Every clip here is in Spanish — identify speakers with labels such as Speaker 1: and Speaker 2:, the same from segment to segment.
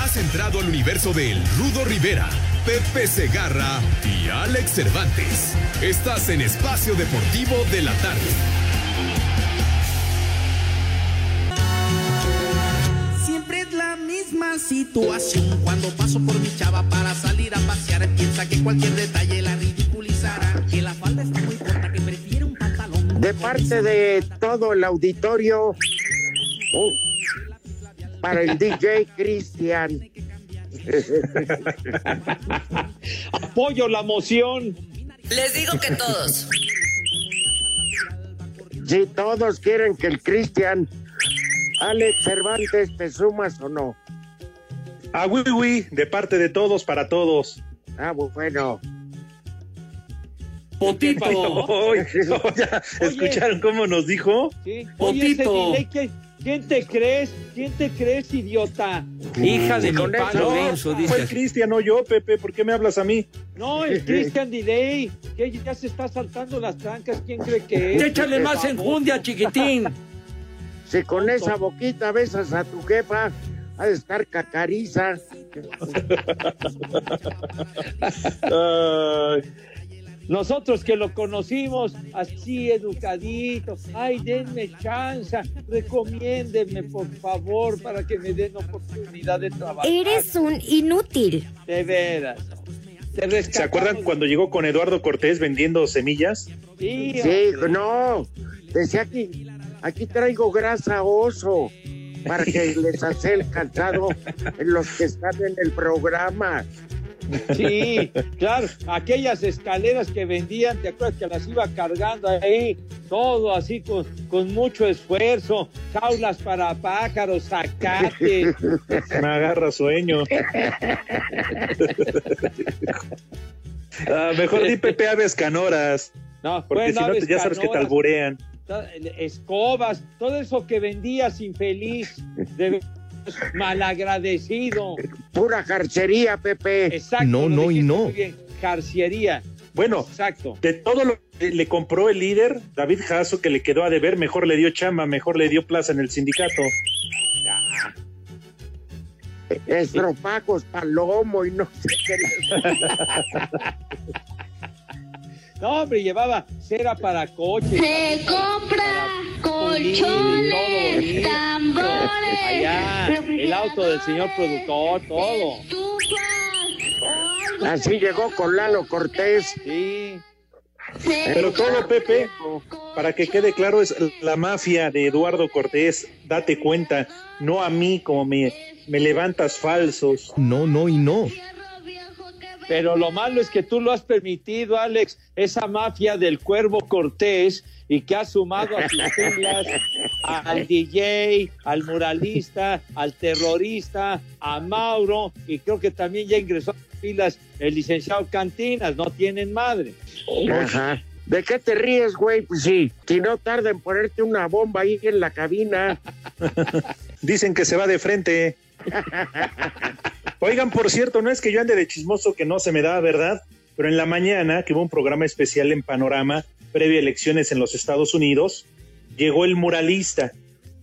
Speaker 1: Has entrado al universo de El Rudo Rivera, Pepe Segarra y Alex Cervantes. Estás en Espacio Deportivo de la Tarde.
Speaker 2: Siempre es la misma situación. Cuando paso por mi chava para salir a pasear, piensa que cualquier detalle la ridiculizará. Que la falda está muy corta, que prefiere un pantalón.
Speaker 3: De parte de todo el auditorio, oh, para el DJ Cristian.
Speaker 4: Apoyo la moción.
Speaker 5: Les digo que todos.
Speaker 3: Si todos quieren que el Cristian, Alex Cervantes, te sumas o no.
Speaker 6: A Wii Wii, de parte de todos para todos.
Speaker 3: Ah, bueno.
Speaker 4: Potito.
Speaker 6: Ay, no, ya, ¿Escucharon cómo nos dijo?
Speaker 7: Sí.
Speaker 4: Potito.
Speaker 7: Oye, ese delay, ¿quién- ¿Quién te crees? ¿Quién te crees, idiota?
Speaker 4: Hija de mi
Speaker 3: Con eso.
Speaker 4: palo denso,
Speaker 6: Fue el
Speaker 4: dice.
Speaker 6: Cristian, no yo, Pepe. ¿Por qué me hablas a mí?
Speaker 7: No, el Christian Delay, que ya se está saltando las trancas. ¿Quién cree que es?
Speaker 4: Échale más enjundia, chiquitín.
Speaker 3: Si con esa boquita besas a tu jefa, ha de estar cacariza.
Speaker 6: Ay,
Speaker 7: Nosotros que lo conocimos así educadito, ay, denme chance, recomiéndenme por favor para que me den oportunidad de trabajar.
Speaker 8: Eres un inútil.
Speaker 7: De veras. Te
Speaker 6: ¿Se acuerdan cuando llegó con Eduardo Cortés vendiendo semillas?
Speaker 7: Sí,
Speaker 3: Sí, no. Decía aquí, aquí traigo grasa oso para que les hace el calzado en los que están en el programa.
Speaker 7: Sí, claro, aquellas escaleras que vendían, ¿te acuerdas que las iba cargando ahí? Todo así con, con mucho esfuerzo, jaulas para pájaros, zacate.
Speaker 6: Me agarra sueño. Ah, mejor di Pepe Aves Canoras,
Speaker 7: No,
Speaker 6: porque
Speaker 7: Este.
Speaker 6: si
Speaker 7: bueno,
Speaker 6: no,
Speaker 7: aves
Speaker 6: te- ya sabes que te
Speaker 7: canoras,
Speaker 6: alburean.
Speaker 7: to- eh, escobas, todo eso que vendías infeliz, de veras, malagradecido.
Speaker 3: Pura carcería, Pepe.
Speaker 7: Exacto.
Speaker 9: No,
Speaker 7: lo
Speaker 9: no y
Speaker 7: dijiste
Speaker 9: no.
Speaker 7: muy bien, Carciería,
Speaker 6: Bueno,
Speaker 7: exacto.
Speaker 6: de todo lo que le compró el líder, David Jasso, que le quedó a deber, mejor le dio chamba, mejor le dio plaza en el sindicato.
Speaker 3: Estropajos, palomo y no sé qué.
Speaker 7: No, hombre, llevaba cera para coche.
Speaker 8: Se compra
Speaker 7: colchones,
Speaker 8: tambores,
Speaker 7: Allá, el auto del señor productor, todo.
Speaker 3: Así llegó con Lalo Cortés.
Speaker 7: Sí.
Speaker 6: Pero todo, Pepe, para que quede claro, es la mafia de Eduardo Cortés, date cuenta, no a mí como me, me levantas falsos.
Speaker 9: No, no y no.
Speaker 7: Pero lo malo es que tú lo has permitido, Alex, esa mafia del cuervo Cortés y que ha sumado a sus filas al DJ, al muralista, al terrorista, a Mauro y creo que también ya ingresó a sus filas el licenciado Cantinas, no tienen madre.
Speaker 3: Ajá. ¿De qué te ríes, güey? Pues sí, si no tarda en ponerte una bomba ahí en la cabina.
Speaker 6: Dicen que se va de frente. Oigan, por cierto, no es que yo ande de chismoso que no se me da, ¿verdad? Pero en la mañana, que hubo un programa especial en Panorama, previa a elecciones en los Estados Unidos, llegó el muralista.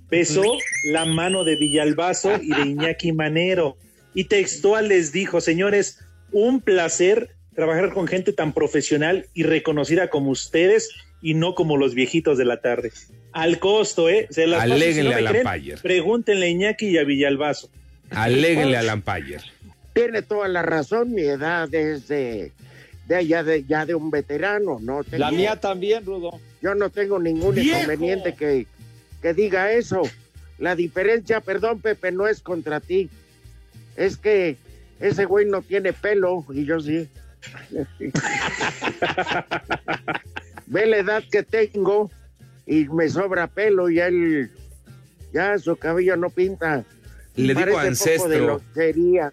Speaker 6: Besó la mano de Villalbazo y de Iñaki Manero. Y textual les dijo, señores, un placer trabajar con gente tan profesional y reconocida como ustedes y no como los viejitos de la tarde. Al costo, ¿eh? Se las paso, si no
Speaker 4: Aléguenle
Speaker 6: me
Speaker 4: a la
Speaker 6: creen,
Speaker 4: Payer.
Speaker 6: Pregúntenle a Iñaki y a Villalbazo.
Speaker 9: Aléguenle al Lampayer.
Speaker 3: Tiene toda la razón, mi edad es de, de allá de ya de un veterano, ¿no?
Speaker 7: La
Speaker 3: Tengo-
Speaker 7: mía también, Rudo.
Speaker 3: Yo no tengo ningún
Speaker 7: ¡Viejo!
Speaker 3: inconveniente que, que diga eso. La diferencia, perdón, Pepe, no es contra ti. Es que ese güey no tiene pelo y yo sí. Ve la edad que tengo y me sobra pelo y él ya su cabello no pinta.
Speaker 9: Le digo
Speaker 3: Parece
Speaker 9: ancestro.
Speaker 3: poco de lotería.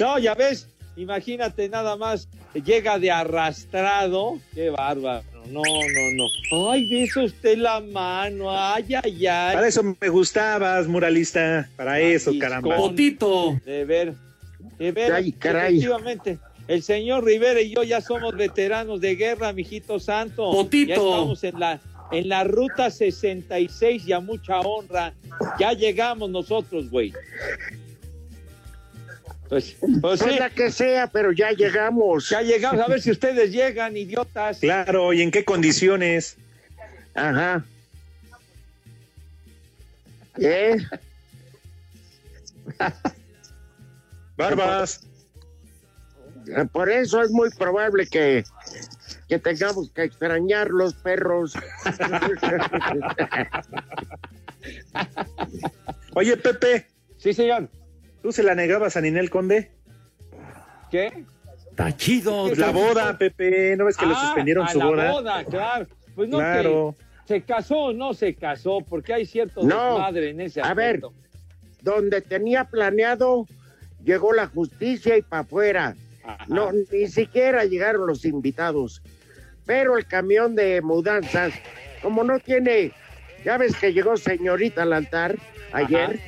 Speaker 7: No, ya ves, imagínate nada más, llega de arrastrado. Qué bárbaro. No, no, no. Ay, besa usted la mano. Ay, ay, ay.
Speaker 6: Para eso me gustabas, muralista. Para eso, caramba.
Speaker 7: Potito. De ver, de ver.
Speaker 6: Ay, caray.
Speaker 7: Efectivamente. El señor Rivera y yo ya somos veteranos de guerra, mijito santo.
Speaker 4: Potito.
Speaker 7: Ya estamos en la, en la ruta 66 y a mucha honra. Ya llegamos nosotros, güey. Pues, pues sí.
Speaker 3: Pues la que sea, pero ya llegamos.
Speaker 7: Ya llegamos, a ver si ustedes llegan, idiotas.
Speaker 6: Claro, ¿y en qué condiciones?
Speaker 3: Ajá. ¿Eh?
Speaker 6: Barbas.
Speaker 3: Eh, Por eso es muy probable que, que tengamos que extrañar los perros.
Speaker 6: Oye, Pepe,
Speaker 7: Sí, señor.
Speaker 6: ¿tú se la negabas a Ninel Conde? Pues
Speaker 7: ¿Qué?
Speaker 4: Está chido.
Speaker 6: La boda, Pepe. ¿No ves que le
Speaker 7: Ah,
Speaker 6: suspendieron
Speaker 7: a
Speaker 6: su
Speaker 7: la
Speaker 6: boda?
Speaker 7: claro. Pues no,
Speaker 6: Claro.
Speaker 7: que se casó o no se casó, porque hay cierto
Speaker 3: No.
Speaker 7: desmadre en ese
Speaker 3: A ver.
Speaker 7: aspecto.
Speaker 3: Donde tenía planeado, llegó la justicia y para afuera.
Speaker 7: Ajá.
Speaker 3: No, ni siquiera llegaron los invitados. Pero el camión de mudanzas, como no tiene, ya ves que llegó señorita al altar ayer,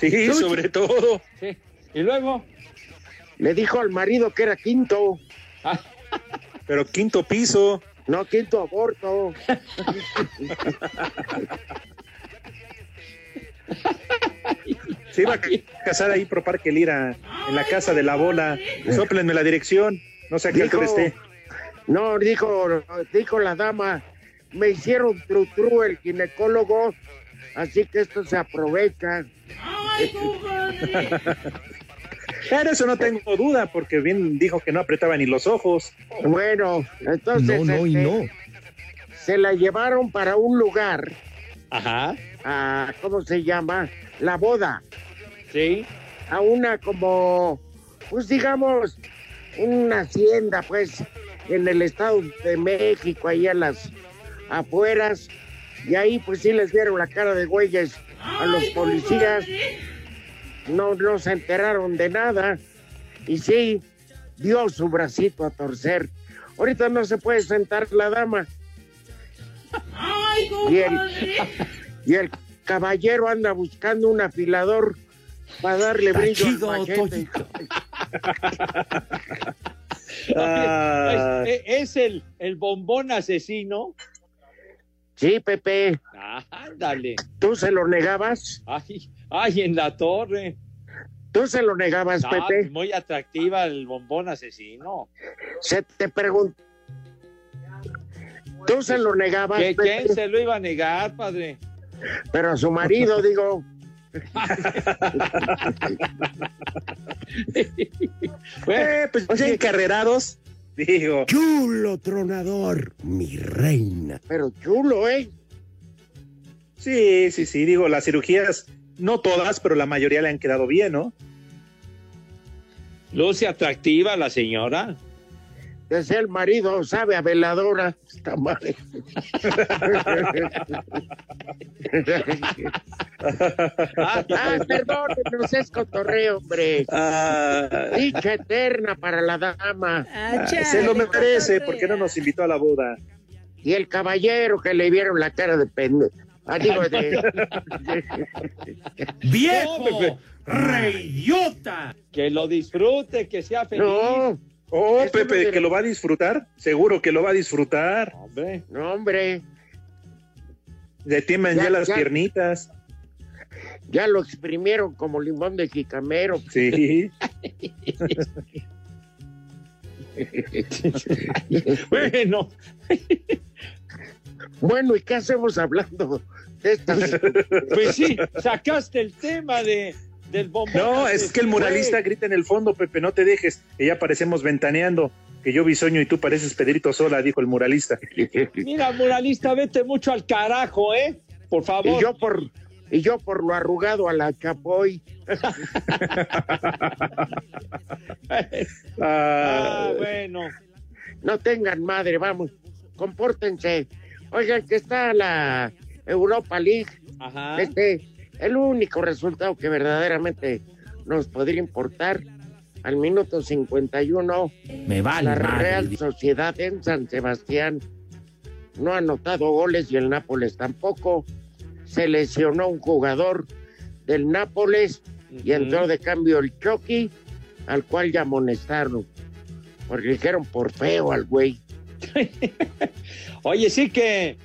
Speaker 6: Sí, sobre todo.
Speaker 7: Sí. Y luego,
Speaker 3: le dijo al marido que era quinto,
Speaker 7: ah,
Speaker 6: Pero quinto piso.
Speaker 3: no quinto aborto.
Speaker 6: Se iba a casar ahí pro Parque Lira, en la casa de la bola. Sóplenme la dirección. No sé a qué
Speaker 3: Dijo-
Speaker 6: altura esté.
Speaker 3: No, dijo, dijo la dama, me hicieron tru tru el ginecólogo, así que esto se aprovecha.
Speaker 6: Claro, eso no tengo duda, porque bien dijo que no apretaba ni los ojos.
Speaker 3: Bueno, entonces este, se la llevaron para un lugar,
Speaker 7: ajá,
Speaker 3: a, ¿cómo se llama? La boda,
Speaker 7: sí,
Speaker 3: a una como, pues digamos, una hacienda, pues, en el Estado de México, ahí a las afueras, y ahí pues sí les dieron la cara de güeyes a los policías. no, no se enteraron de nada. Y sí, dio su bracito a torcer. Ahorita no se puede sentar la dama. y, el, y el caballero anda buscando un afilador para darle
Speaker 4: Está
Speaker 3: brillo al
Speaker 4: chido,
Speaker 3: machete.
Speaker 4: Toñito.
Speaker 6: Ah.
Speaker 7: es, Pues, eh, es el, el bombón asesino.
Speaker 3: Sí, Pepe,
Speaker 7: Ándale,
Speaker 3: tú se lo negabas.
Speaker 7: ay, ay, en la torre.
Speaker 3: Tú se lo negabas,
Speaker 7: Ah,
Speaker 3: Pepe.
Speaker 7: muy atractiva el bombón asesino.
Speaker 3: Se te preguntó. Tú se lo negabas,
Speaker 7: ¿Qué,
Speaker 3: Pepe,
Speaker 7: ¿Quién se lo iba a negar, padre?
Speaker 3: pero a su marido, digo.
Speaker 7: Bueno,
Speaker 6: Eh, pues ya encarrerados. Digo,
Speaker 9: Chulo tronador, mi reina.
Speaker 3: Pero chulo, ¿eh?
Speaker 6: sí, sí, sí, digo, las cirugías, no todas, pero la mayoría le han quedado bien, ¿no?
Speaker 7: luce atractiva la señora.
Speaker 3: Desde el marido, sabe a veladora. Está mal. ah, perdón, no es cotorreo, hombre. Dicha eterna para la dama.
Speaker 6: Ah, Se lo merece, porque no nos invitó a la boda.
Speaker 3: Y el caballero que le vieron la cara de pendejo. Ah, digo, de-
Speaker 4: ¡Viejo!
Speaker 7: No, Pepe.
Speaker 4: ¡Reyota!
Speaker 7: Que lo disfrute, que sea feliz.
Speaker 3: No,
Speaker 6: Oh,
Speaker 3: Eso no
Speaker 6: Pepe,
Speaker 3: tiene-
Speaker 6: que lo va a disfrutar, seguro que lo va a disfrutar.
Speaker 7: Hombre.
Speaker 3: no, hombre.
Speaker 6: Le tiemblan
Speaker 3: Ya,
Speaker 6: ya las
Speaker 3: ya.
Speaker 6: piernitas.
Speaker 3: Ya lo exprimieron como limón de jicamero.
Speaker 6: Sí.
Speaker 7: Bueno,
Speaker 3: Bueno, ¿y qué hacemos hablando de estas.
Speaker 7: Pues sí, sacaste el tema de, del bombón.
Speaker 6: No, es que el muralista grita en el fondo, Pepe, no te dejes, que ya parecemos ventaneando, que yo bisoño y tú pareces Pedrito Sola, dijo el muralista.
Speaker 7: Mira, muralista, vete mucho al carajo, ¿eh? Por favor.
Speaker 3: Y yo por, y yo por lo arrugado a la Chapoy.
Speaker 7: ah, bueno.
Speaker 3: No tengan madre, vamos, compórtense. Oigan, que está la Europa League.
Speaker 4: ¿Ah?
Speaker 7: Ajá.
Speaker 3: Este, el único resultado que verdaderamente nos podría importar al minuto 51,
Speaker 4: Me vale
Speaker 3: la
Speaker 4: madre.
Speaker 3: Real Sociedad en San Sebastián no ha anotado goles y el Nápoles tampoco. Se lesionó un jugador del Nápoles y entró de cambio el Chucky, al cual ya amonestaron. Porque dijeron por feo al güey.
Speaker 7: Oye, sí que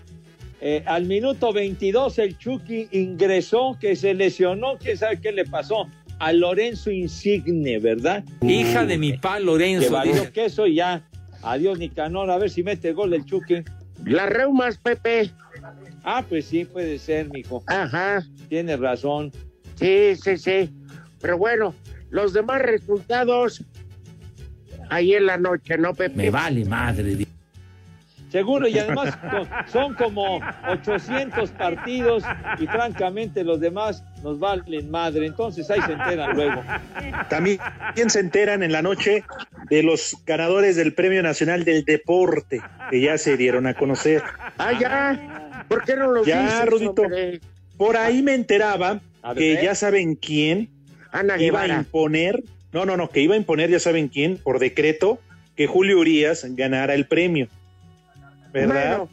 Speaker 7: eh, al minuto 22 el Chucky ingresó, que se lesionó, quién sabe qué le pasó a Lorenzo Insigne, ¿verdad?
Speaker 10: Hija de mi pa
Speaker 7: Que
Speaker 10: Lorenzo.
Speaker 7: valió
Speaker 10: dice.
Speaker 7: queso y ya. Adiós, Nicanor, a ver si mete gol el Chucky.
Speaker 3: Las reumas, Pepe.
Speaker 7: Ah, pues sí, puede ser, mijo.
Speaker 3: Ajá.
Speaker 7: Tienes razón.
Speaker 3: Sí, sí, sí. Pero bueno, los demás resultados ahí en la noche, ¿no, Pepe?
Speaker 10: Me vale madre. dice.
Speaker 7: Seguro, y además co- son como 800 partidos y francamente los demás nos valen madre. Entonces ahí se enteran luego.
Speaker 6: También se enteran en la noche de los ganadores del Premio Nacional del Deporte, que ya se dieron a conocer.
Speaker 3: Ah, ya. ¿Por qué no los
Speaker 6: Ya,
Speaker 3: dices,
Speaker 6: Rudito.
Speaker 3: hombre?
Speaker 6: Por ahí me enteraba
Speaker 7: A ver.
Speaker 6: que ya saben quién
Speaker 3: Ana
Speaker 6: iba a
Speaker 3: Guevara.
Speaker 6: imponer, no, no, no, que iba a imponer, ya saben quién, por decreto, que Julio Urias ganara el premio. ¿Verdad?
Speaker 3: Bueno,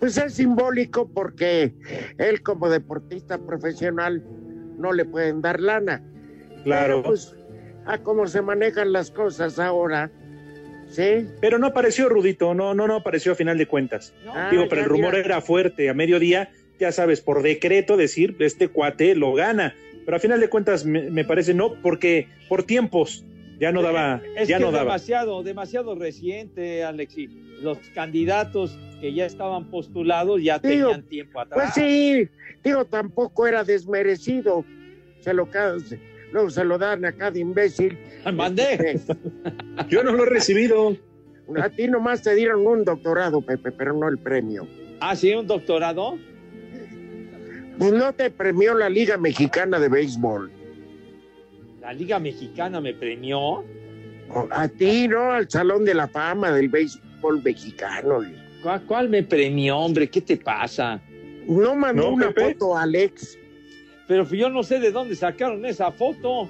Speaker 3: pues es simbólico porque él como deportista profesional no le pueden dar lana.
Speaker 6: claro.
Speaker 3: Pero, pues a cómo se manejan las cosas ahora, ¿sí?
Speaker 6: Pero no apareció Rudito, no, no, no apareció a final de cuentas.
Speaker 3: Ah,
Speaker 6: Digo, pero el
Speaker 3: ya, mira.
Speaker 6: rumor era fuerte. A mediodía, ya sabes, por decreto decir, este cuate lo gana. Pero a final de cuentas, me, me parece no, porque por tiempos ya no daba,
Speaker 7: Es
Speaker 6: ya
Speaker 7: que
Speaker 6: no
Speaker 7: es
Speaker 6: daba.
Speaker 7: demasiado, demasiado reciente, Alexi. Los candidatos que ya estaban postulados ya
Speaker 3: Digo,
Speaker 7: tenían tiempo
Speaker 3: Pues
Speaker 7: atrás.
Speaker 3: sí, digo, tampoco era desmerecido. Se lo, ca- se- luego se lo dan a cada imbécil.
Speaker 7: Ah, Mandé.
Speaker 6: Yo no lo he recibido.
Speaker 3: pues, A ti nomás te dieron un doctorado, Pepe, pero no el premio.
Speaker 7: Ah, sí, un doctorado.
Speaker 3: Pues no te premió la Liga Mexicana de Béisbol.
Speaker 7: La Liga Mexicana me premió.
Speaker 3: O- A ti, ¿no? Al Salón de la Fama del Béisbol Mexicano. güey.
Speaker 7: ¿Cuál, cuál me premió, hombre? ¿Qué te pasa?
Speaker 3: No mandó
Speaker 6: No,
Speaker 3: una
Speaker 6: Pepe.
Speaker 3: foto, Alex.
Speaker 7: Pero yo no sé de dónde sacaron esa foto.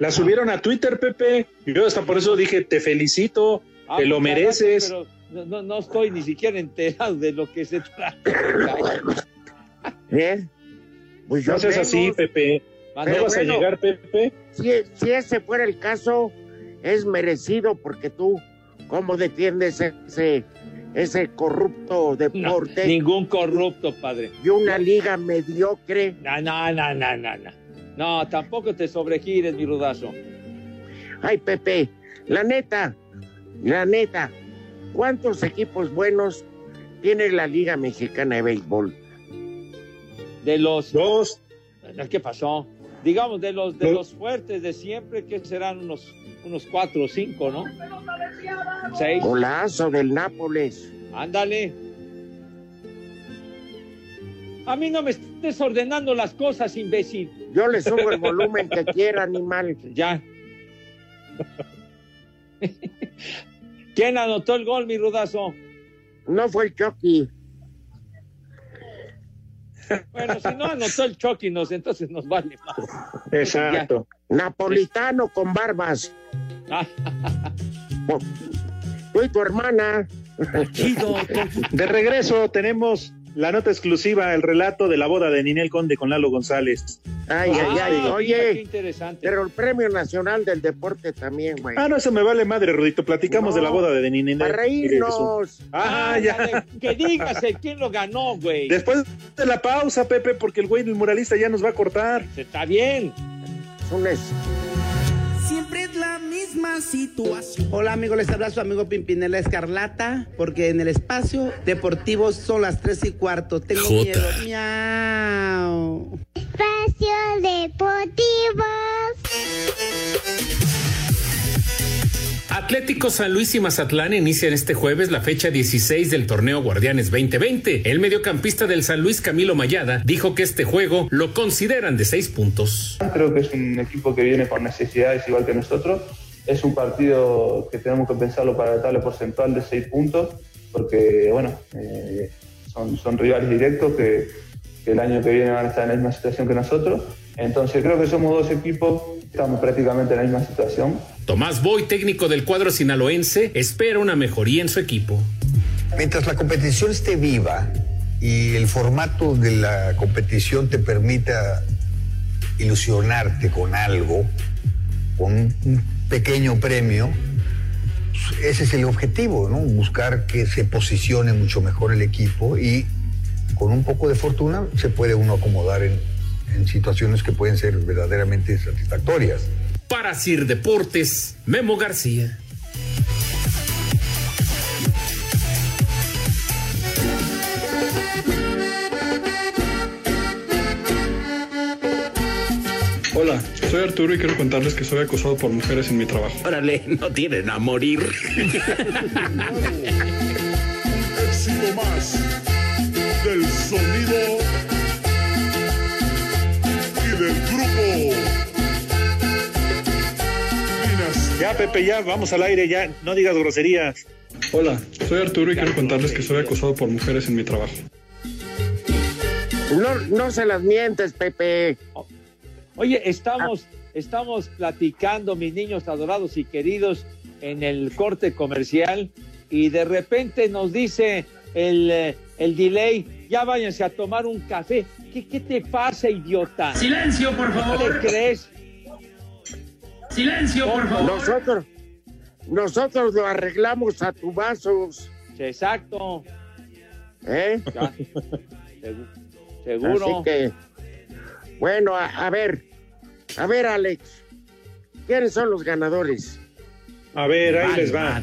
Speaker 6: La subieron a Twitter, Pepe. Yo hasta por eso dije, te felicito.
Speaker 7: Ah,
Speaker 6: Te lo
Speaker 7: muchas
Speaker 6: mereces.
Speaker 7: gracias, pero no, no- no estoy ni siquiera enterado de lo que se trata.
Speaker 3: ¿Eh? Pues yo
Speaker 6: No seas
Speaker 3: menos.
Speaker 6: así, Pepe.
Speaker 7: Mandé-
Speaker 6: No
Speaker 3: Pero
Speaker 6: vas a
Speaker 3: bueno.
Speaker 6: llegar, Pepe.
Speaker 3: Si, e, si ese fuera el caso, es merecido porque tú, ¿cómo defiendes ese, ese corrupto
Speaker 7: No,
Speaker 3: deporte?
Speaker 7: ningún corrupto, padre.
Speaker 3: y una liga mediocre.
Speaker 7: No, no, no, no, no, no. No, tampoco te sobregires, mi rudazo.
Speaker 3: Ay, Pepe, la neta, la neta, ¿cuántos equipos buenos tiene la Liga Mexicana de Béisbol?
Speaker 7: De los...
Speaker 6: Dos.
Speaker 7: ¿Qué pasó? Digamos, de los, de
Speaker 6: No.
Speaker 7: los fuertes de siempre, que serán unos, unos cuatro o cinco, ¿no? Seis.
Speaker 3: Golazo del Nápoles.
Speaker 7: Ándale. A mí no me estés ordenando las cosas, imbécil.
Speaker 3: Yo le subo el volumen que quiera, animal.
Speaker 7: Ya. ¿Quién anotó el gol, mi rudazo?
Speaker 3: No fue el Chucky.
Speaker 7: Bueno, si no anotó el Chucky, nos- entonces nos vale más.
Speaker 6: Exacto.
Speaker 3: Napolitano con barbas.
Speaker 7: Ah,
Speaker 3: Tú y tu hermana.
Speaker 4: Chido.
Speaker 7: Ah.
Speaker 4: con-
Speaker 6: De regreso tenemos la nota exclusiva, el relato de la boda de Ninel Conde con Lalo González.
Speaker 3: Ay, ay, ay.
Speaker 7: Ah, mira, qué
Speaker 3: Oye,
Speaker 7: interesante.
Speaker 3: pero el Premio Nacional del Deporte también, güey.
Speaker 6: Ah, no, eso me vale madre, Rudito. Platicamos
Speaker 3: No,
Speaker 6: de la boda de Ninel.
Speaker 3: Para reírnos.
Speaker 6: Ah, ya.
Speaker 7: Ándale, Que digas el quién lo ganó, güey.
Speaker 6: Después de la pausa, Pepe, porque el güey del muralista ya nos va a cortar.
Speaker 7: Está bien.
Speaker 3: Es un es-
Speaker 2: Siempre es la misma misma situación.
Speaker 11: Hola amigos, les habla su amigo Pimpinela Escarlata, porque en el espacio deportivo son las tres y cuarto. Tengo
Speaker 12: Jota.
Speaker 11: miedo. Miau.
Speaker 8: Espacio Deportivo.
Speaker 13: Atlético San Luis y Mazatlán inician este jueves la fecha 16 del torneo Guardianes 2020. El mediocampista del San Luis, Camilo Mayada, dijo que este juego lo consideran de seis puntos.
Speaker 14: Creo que es un equipo que viene por necesidades igual que nosotros. Es un partido que tenemos que pensarlo para la tabla porcentual de seis puntos, porque bueno, eh, son, son rivales directos que, que el año que viene van a estar en la misma situación que nosotros. Entonces creo que somos dos equipos, que estamos prácticamente en la misma situación.
Speaker 13: Tomás Boy, técnico del cuadro sinaloense, espera una mejoría en su equipo.
Speaker 15: Mientras la competición esté viva y el formato de la competición te permita ilusionarte con algo, con un pequeño premio, pues, ese es el objetivo, ¿no? Buscar que se posicione mucho mejor el equipo y con un poco de fortuna se puede uno acomodar en, en situaciones que pueden ser verdaderamente satisfactorias.
Speaker 13: Para Sir Deportes, Memo García.
Speaker 16: Hola, soy Arturo y quiero contarles que soy acosado por mujeres en mi trabajo.
Speaker 17: Órale, no tienen a morir.
Speaker 18: Éxito más del sonido y del grupo.
Speaker 6: Ya, Pepe, ya, vamos al aire, ya, no digas groserías.
Speaker 16: Hola, soy Arturo y quiero contarles que soy acosado por mujeres en mi trabajo.
Speaker 3: No, no se las mientes, Pepe.
Speaker 7: Oye, estamos, estamos platicando, mis niños adorados y queridos, en el corte comercial y de repente nos dice el, eh, el delay, ya váyanse a tomar un café. ¿Qué, qué te pasa, idiota?
Speaker 19: Silencio, por favor.
Speaker 7: ¿Qué te crees?
Speaker 19: Silencio, por favor.
Speaker 3: Nosotros, nosotros lo arreglamos a tu vasos.
Speaker 7: Exacto.
Speaker 3: ¿Eh?
Speaker 7: Ya. Segu- Seguro.
Speaker 3: Así que, bueno, a, a ver, a ver, Alex, ¿quiénes son los ganadores?
Speaker 6: A ver, ahí
Speaker 3: Vale,
Speaker 6: les va.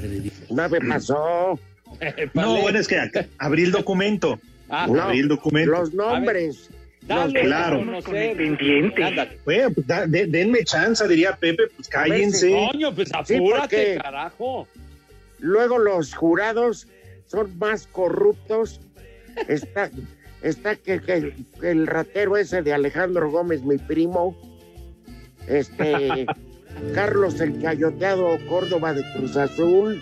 Speaker 3: No me pasó.
Speaker 6: Ah, No, bueno, es que ac- abrí el documento.
Speaker 7: Ah,
Speaker 3: no,
Speaker 6: abrí el documento.
Speaker 3: los nombres.
Speaker 6: Los-
Speaker 3: Dale,
Speaker 6: claro.
Speaker 3: vámonos
Speaker 7: con el
Speaker 3: pendiente.
Speaker 7: Ándale.
Speaker 6: Bueno, pues, da- de- denme chance, diría Pepe, pues
Speaker 3: ver si-
Speaker 6: cállense.
Speaker 7: Coño, pues
Speaker 3: Sí,
Speaker 7: apúrate,
Speaker 3: porque-
Speaker 7: carajo.
Speaker 3: Luego los jurados son más corruptos. Está, está que, que- que el ratero ese de Alejandro Gómez, mi primo. Este, Carlos el Cayoteado Córdoba de Cruz Azul.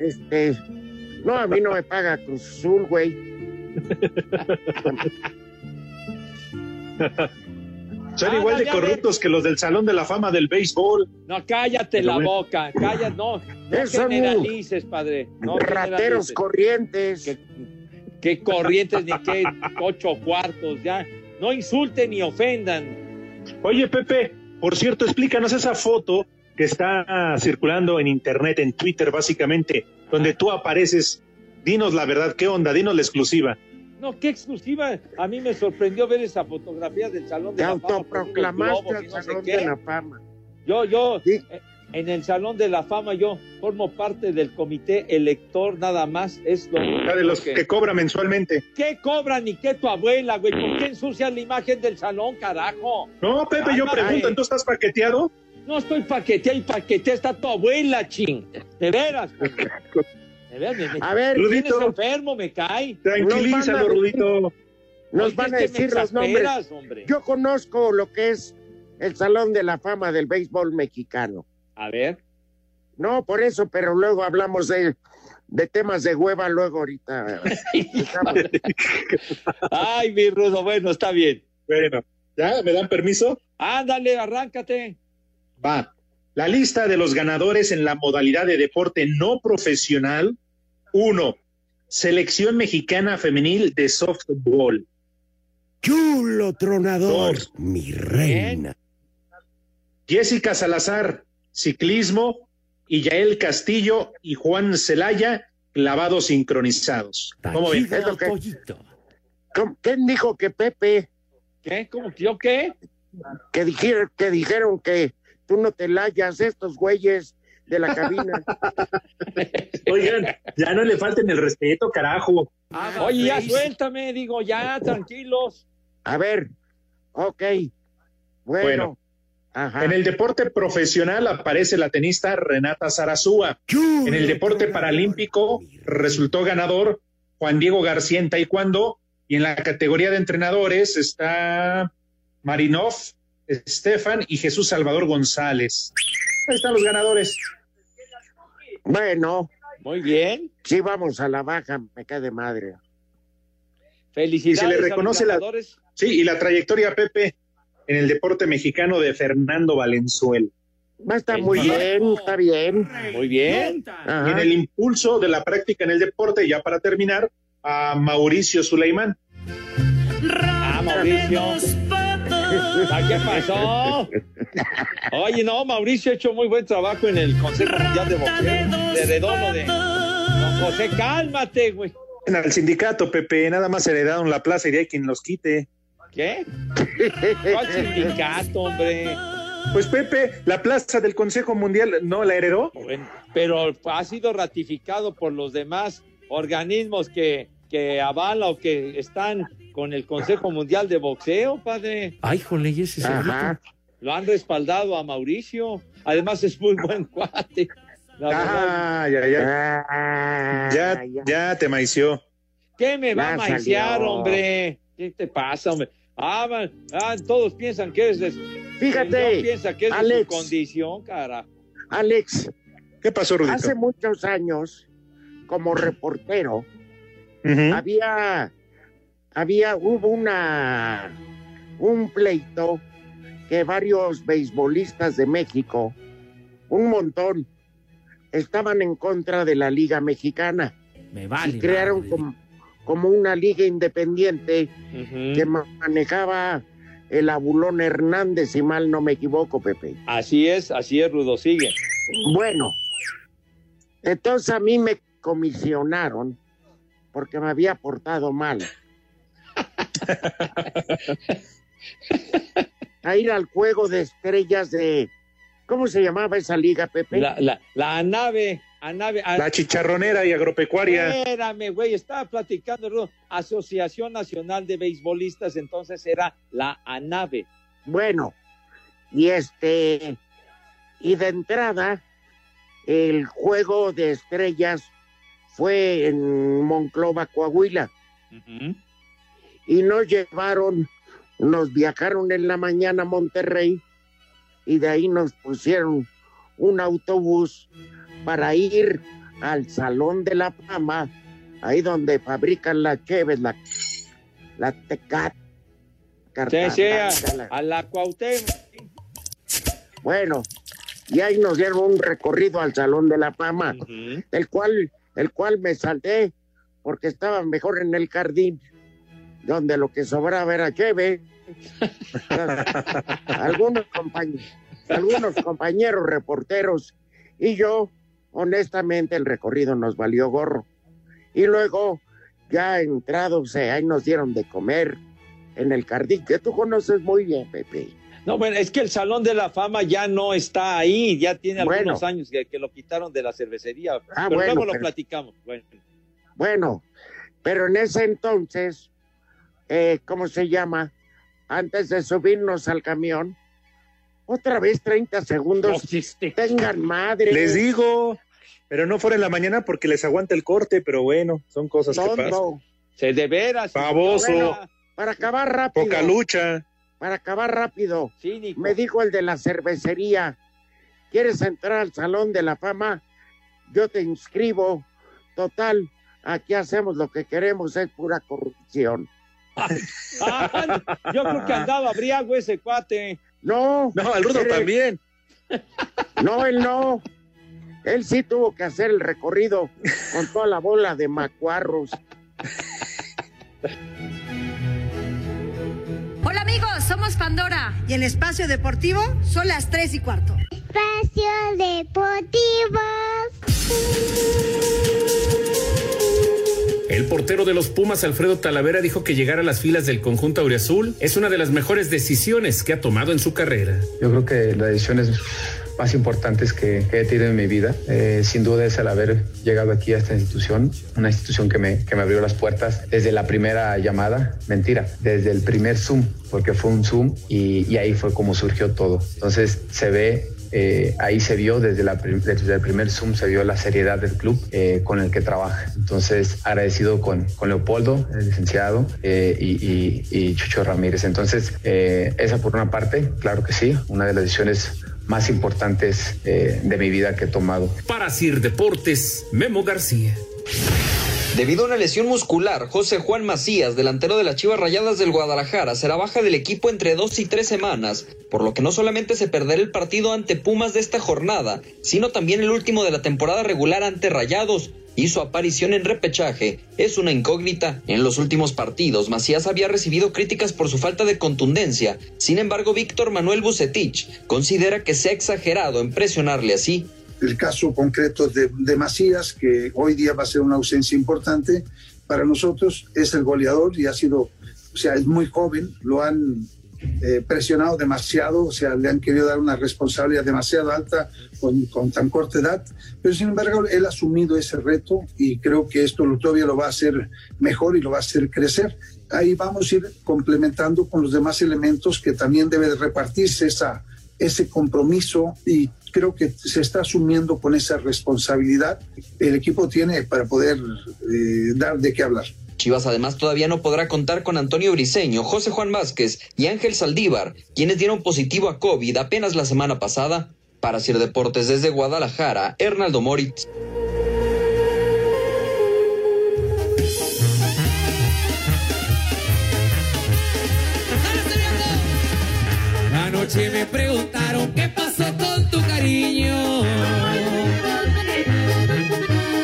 Speaker 3: Este, no, a mí no me paga Cruz Azul, güey.
Speaker 6: Son
Speaker 7: Ah,
Speaker 6: igual
Speaker 7: no,
Speaker 6: de
Speaker 7: ya
Speaker 6: corruptos que los del Salón de la Fama del Béisbol.
Speaker 7: No, cállate
Speaker 6: Pero
Speaker 7: la
Speaker 6: bueno.
Speaker 7: boca, cállate, no, no
Speaker 3: Esos son
Speaker 7: generalices, padre. No
Speaker 3: Rateros
Speaker 7: generalices.
Speaker 3: corrientes.
Speaker 7: qué corrientes ni qué ocho cuartos, ya. No insulten ni ofendan.
Speaker 6: Oye, Pepe, por cierto, explícanos esa foto que está circulando en internet, en Twitter, básicamente, donde tú apareces. Dinos la verdad, ¿qué onda? Dinos la exclusiva.
Speaker 7: No, qué exclusiva. A mí me sorprendió ver esa fotografía del Salón
Speaker 3: Te
Speaker 7: de la Fama. con unos
Speaker 3: autoproclamaste
Speaker 7: globos y
Speaker 3: al
Speaker 7: no sé
Speaker 3: Salón
Speaker 7: qué.
Speaker 3: de la Fama.
Speaker 7: Yo, yo,
Speaker 3: Sí.
Speaker 7: eh, en el Salón de la Fama, yo formo parte del comité elector, nada más. Es lo
Speaker 6: La de los que cobra mensualmente.
Speaker 7: ¿Qué cobran ni qué tu abuela, güey? ¿Por qué ensucias la imagen del salón, carajo?
Speaker 6: No, Pepe, yo
Speaker 7: Cálmate.
Speaker 6: pregunto, ¿entontú estás paqueteado?
Speaker 7: No estoy paquetea y paquetea, está tu abuela, ching. De veras. güey. De veras, me- me-
Speaker 3: A ver,
Speaker 7: me tienes
Speaker 6: Rudito.
Speaker 7: enfermo, me cae.
Speaker 3: Nos van a-
Speaker 6: Tranquilízalo, Rudito.
Speaker 3: Nos
Speaker 7: Oye,
Speaker 3: van
Speaker 7: es
Speaker 3: a
Speaker 7: que me
Speaker 3: decir los nombres.
Speaker 7: exasperas, hombre.
Speaker 3: Yo conozco lo que es el Salón de la Fama del Béisbol Mexicano.
Speaker 7: A ver,
Speaker 3: No, por eso, pero luego hablamos de, de temas de hueva, luego ahorita. Estamos-
Speaker 7: ay, mi rudo, bueno, está bien.
Speaker 6: Bueno, ¿ya? ¿Me dan permiso?
Speaker 7: Ándale, arráncate.
Speaker 6: Va. La lista de los ganadores en la modalidad de deporte no profesional. Uno, Selección Mexicana Femenil de Softball.
Speaker 9: Chulo tronador,
Speaker 6: Dos.
Speaker 9: mi reina.
Speaker 6: Jessica Salazar, ciclismo. Y Yael Castillo y Juan Celaya, clavados sincronizados. ¿Cómo ven?
Speaker 3: Es lo que-
Speaker 10: pollito.
Speaker 3: ¿Cómo- ¿Quién dijo que Pepe,
Speaker 7: ¿Qué? ¿Cómo que yo qué?
Speaker 3: que dijeron que, dijeron que tú no te layas, estos güeyes de la cabina.
Speaker 6: Oigan, ya no le falten el respeto, carajo.
Speaker 7: Oye, ya suéltame, digo, ya, tranquilos.
Speaker 3: A ver, ok. Bueno.
Speaker 6: Bueno. Ajá. En el deporte profesional aparece la tenista Renata Zarazúa. En el deporte paralímpico resultó ganador Juan Diego García en taekwondo. Y en la categoría de entrenadores está Marinov, Estefan y Jesús Salvador González. Ahí están los ganadores.
Speaker 3: Bueno,
Speaker 7: Muy bien.
Speaker 3: sí vamos a la baja, me cae de madre.
Speaker 6: Y
Speaker 7: Felicidades.
Speaker 6: se le
Speaker 7: a los
Speaker 6: reconoce la,
Speaker 7: ganadores.
Speaker 6: sí, y la trayectoria, Pepe, en el deporte mexicano de Fernando Valenzuela.
Speaker 3: Va a estar muy bien, está bien.
Speaker 7: Muy bien.
Speaker 6: Y en
Speaker 3: Ajá.
Speaker 6: el impulso de la práctica en el deporte, ya para terminar, a Mauricio Suleimán.
Speaker 7: Ah, Mauricio. ¿A qué pasó? Oye, no, Mauricio ha hecho muy buen trabajo en el Consejo Mundial de Boxeo. De redondo de. Don José, cálmate, güey.
Speaker 6: En el sindicato, Pepe, nada más heredaron la plaza y de ahí quien los quite.
Speaker 7: ¿Qué? ¿Cuál sindicato, hombre?
Speaker 6: Pues Pepe, la plaza del Consejo Mundial no la heredó.
Speaker 7: Bueno, pero ha sido ratificado por los demás organismos que, que avala o que están con el Consejo Mundial de Boxeo, padre.
Speaker 10: Ay, jole, ¿y ese
Speaker 3: Ajá.
Speaker 7: Lo han respaldado a Mauricio. Además es muy buen cuate. La verdad.
Speaker 6: Ah, ya, ya.
Speaker 3: Ah,
Speaker 6: Ya, ya te maició.
Speaker 7: ¿Qué me va
Speaker 3: Ya
Speaker 7: a maiciar,
Speaker 3: salió.
Speaker 7: hombre? ¿Qué te pasa, hombre? Ah, man, ah, todos piensan que es de su- Rendón
Speaker 3: Fíjate,
Speaker 7: piensa que es de su
Speaker 3: Alex.
Speaker 7: condición, cara.
Speaker 3: Alex,
Speaker 6: ¿Qué pasó, Rudito?
Speaker 3: hace muchos años, como reportero,
Speaker 6: Ujú.
Speaker 3: había, había, hubo una, un pleito que varios beisbolistas de México, un montón, estaban en contra de la Liga Mexicana
Speaker 10: Me
Speaker 3: y
Speaker 10: vale.
Speaker 3: crearon
Speaker 10: madre.
Speaker 3: como, como una liga independiente
Speaker 7: Ujú.
Speaker 3: que ma- manejaba el abulón Hernández, si mal no me equivoco, Pepe.
Speaker 7: Así es, así es, Rudo, sigue.
Speaker 3: Bueno, entonces a mí me comisionaron porque me había portado mal. a ir al juego de estrellas de... ¿Cómo se llamaba esa liga, Pepe?
Speaker 7: La, la, la nave, a nave, a-
Speaker 6: La chicharronera y agropecuaria.
Speaker 7: Espérame, güey, estaba platicando, Rudo. Asociación Nacional de Beisbolistas, entonces era la ANAVE.
Speaker 3: Bueno, y este, y de entrada, el juego de estrellas fue en Monclova, Coahuila, y nos llevaron, nos viajaron en la mañana a Monterrey, y de ahí nos pusieron un autobús para ir al Salón de la Fama, ahí donde fabrican las cheves, la, la tecat. Ah,
Speaker 7: Sí, sí, a,
Speaker 3: cartapaca, la-
Speaker 7: a la Cuauhtémoc.
Speaker 3: bueno, y ahí nos dieron un recorrido al Salón de la Fama,
Speaker 7: Ujú.
Speaker 3: el cual, el cual me salté porque estaba mejor en el jardín, donde lo que sobraba era cheve. algunos, compañ- algunos compañeros reporteros y yo, honestamente, el recorrido nos valió gorro. Y luego, ya entrados, eh, ahí nos dieron de comer en el jardín, que tú conoces muy bien, Pepe.
Speaker 7: No, bueno, es que el Salón de la Fama ya no está ahí, ya tiene algunos
Speaker 3: Bueno. Ah,
Speaker 7: años que, que lo quitaron de la cervecería. pero
Speaker 3: bueno,
Speaker 7: luego lo
Speaker 3: pero-
Speaker 7: platicamos. Bueno,
Speaker 3: Bueno, pero en ese entonces, eh, ¿cómo se llama? Antes de subirnos al camión, otra vez 30
Speaker 10: "Oh,
Speaker 3: segundos. Tengan madre.
Speaker 6: Les digo, pero no fuera en la mañana porque les aguanta el corte, pero bueno, son cosas que pasan.
Speaker 3: Tonto.
Speaker 7: se de veras.
Speaker 6: Baboso.
Speaker 7: Bueno,
Speaker 3: Para acabar rápido.
Speaker 6: Poca lucha.
Speaker 3: Para acabar rápido.
Speaker 7: cínico.
Speaker 3: Me dijo el de la cervecería, ¿quieres entrar al Salón de la Fama? Yo te inscribo. Total, aquí hacemos lo que queremos, es pura corrupción.
Speaker 7: Ah, yo creo que andaba briago ese cuate.
Speaker 3: No,
Speaker 6: No, al
Speaker 10: Eh.
Speaker 6: Rudo
Speaker 3: Eres-
Speaker 6: también.
Speaker 3: No, él no. Él sí tuvo que hacer el recorrido con toda la bola de macuarros.
Speaker 5: Hola amigos, somos Pandora. Y el espacio deportivo son las 3 y cuarto.
Speaker 8: Espacio Deportivo.
Speaker 13: El portero de los Pumas, Alfredo Talavera, dijo que llegar a las filas del conjunto Aureazul es una de las mejores decisiones que ha tomado en su carrera.
Speaker 12: Yo creo que la decisión es más importantes que, que he tenido en mi vida. Eh, sin duda es el haber llegado aquí a esta institución, una institución que me, que me abrió las puertas desde la primera llamada, mentira, desde el primer Zoom, porque fue un Zoom y, y ahí fue como surgió todo. Entonces se ve... eh, ahí se vio desde, la prim- desde el primer Zoom, se vio la seriedad del club eh, con el que trabaja. Entonces, agradecido con, con Leopoldo, el licenciado, eh, y, y- y Chucho Ramírez. Entonces, eh, esa por una parte, claro que sí, una de las decisiones más importantes eh, de mi vida que he tomado.
Speaker 13: Para Sir Deportes, Memo García.
Speaker 19: Debido a una lesión muscular, José Juan Macías, delantero de las Chivas Rayadas del Guadalajara, será baja del equipo entre dos y tres semanas, por lo que no solamente se perderá el partido ante Pumas de esta jornada, sino también el último de la temporada regular ante Rayados, y su aparición en repechaje es una incógnita. En los últimos partidos, Macías había recibido críticas por su falta de contundencia. Sin embargo, Víctor Manuel Bucetich considera que se ha exagerado en presionarle así.
Speaker 20: el caso concreto de, de Macías, que hoy día va a ser una ausencia importante para nosotros, es el goleador y ha sido, o sea, es muy joven, lo han eh, presionado demasiado, o sea, le han querido dar una responsabilidad demasiado alta con, con tan corta edad, pero sin embargo él ha asumido ese reto y creo que esto lo- todavía lo va a hacer mejor y lo va a hacer crecer. Ahí vamos a ir complementando con los demás elementos que también debe de repartirse esa, ese compromiso y creo que se está asumiendo con esa responsabilidad el equipo tiene para poder eh, dar de qué hablar.
Speaker 19: Chivas además todavía no podrá contar con Antonio Briseño, José Juan Vázquez y Ángel Saldívar, quienes dieron positivo a COVID apenas la semana pasada. Para Sir Deportes desde Guadalajara, Hernaldo Moritz.
Speaker 2: Anoche me preguntaron qué pasó con tu cariño.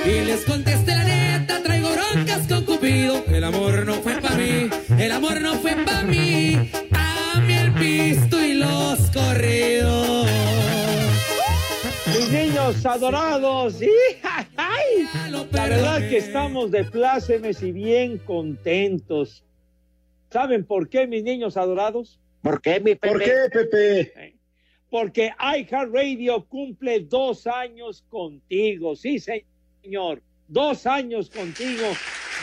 Speaker 2: Y les contesté la neta, traigo broncas con Cupido. El amor no fue para mí, el amor no fue para mí. A mí el pisto y los corridos.
Speaker 7: Mis niños adorados, ¡sí! ¡Ay! la verdad que estamos de plácemes y bien contentos. ¿Saben por qué, mis niños adorados?
Speaker 3: ¿Por qué, mi Pepe?
Speaker 7: ¿Por qué, Pepe? Porque iHeartRadio cumple dos años contigo, sí, señor. Dos años contigo,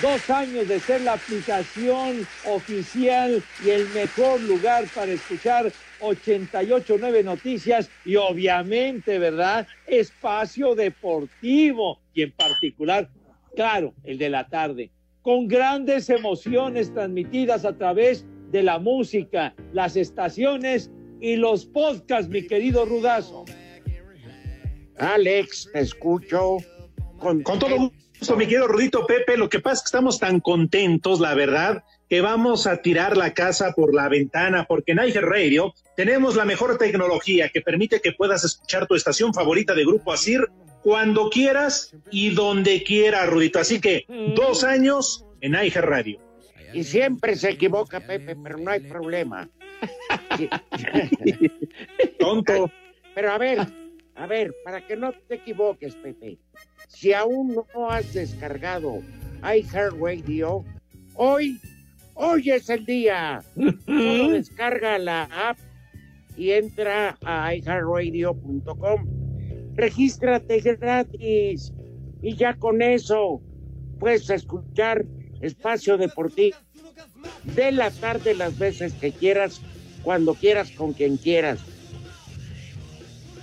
Speaker 7: dos años de ser la aplicación oficial y el mejor lugar para escuchar 889 Noticias y obviamente, ¿verdad? Espacio Deportivo y en particular, claro, el de la tarde con grandes emociones transmitidas a través de la música, las estaciones y los podcasts, mi querido Rudazo.
Speaker 3: Alex, te escucho. Con,
Speaker 6: todo gusto, mi querido Rudito Pepe. Lo que pasa es que estamos tan contentos, la verdad, que vamos a tirar la casa por la ventana, porque en Iger Radio tenemos la mejor tecnología que permite que puedas escuchar tu estación favorita de Grupo Asir cuando quieras y donde quiera, Rudito. Así que dos años en Iger Radio.
Speaker 3: Y siempre se equivoca, Pepe, pero no hay problema. Sí.
Speaker 6: Tonto.
Speaker 3: Pero a ver, a ver, para que no te equivoques, Pepe, si aún no has descargado iHeartRadio, hoy, hoy es el día. Solo descarga la app y entra a iHeartRadio.com. Regístrate gratis y ya con eso puedes escuchar Espacio Deportivo de la tarde las veces que quieras, cuando quieras, con quien quieras.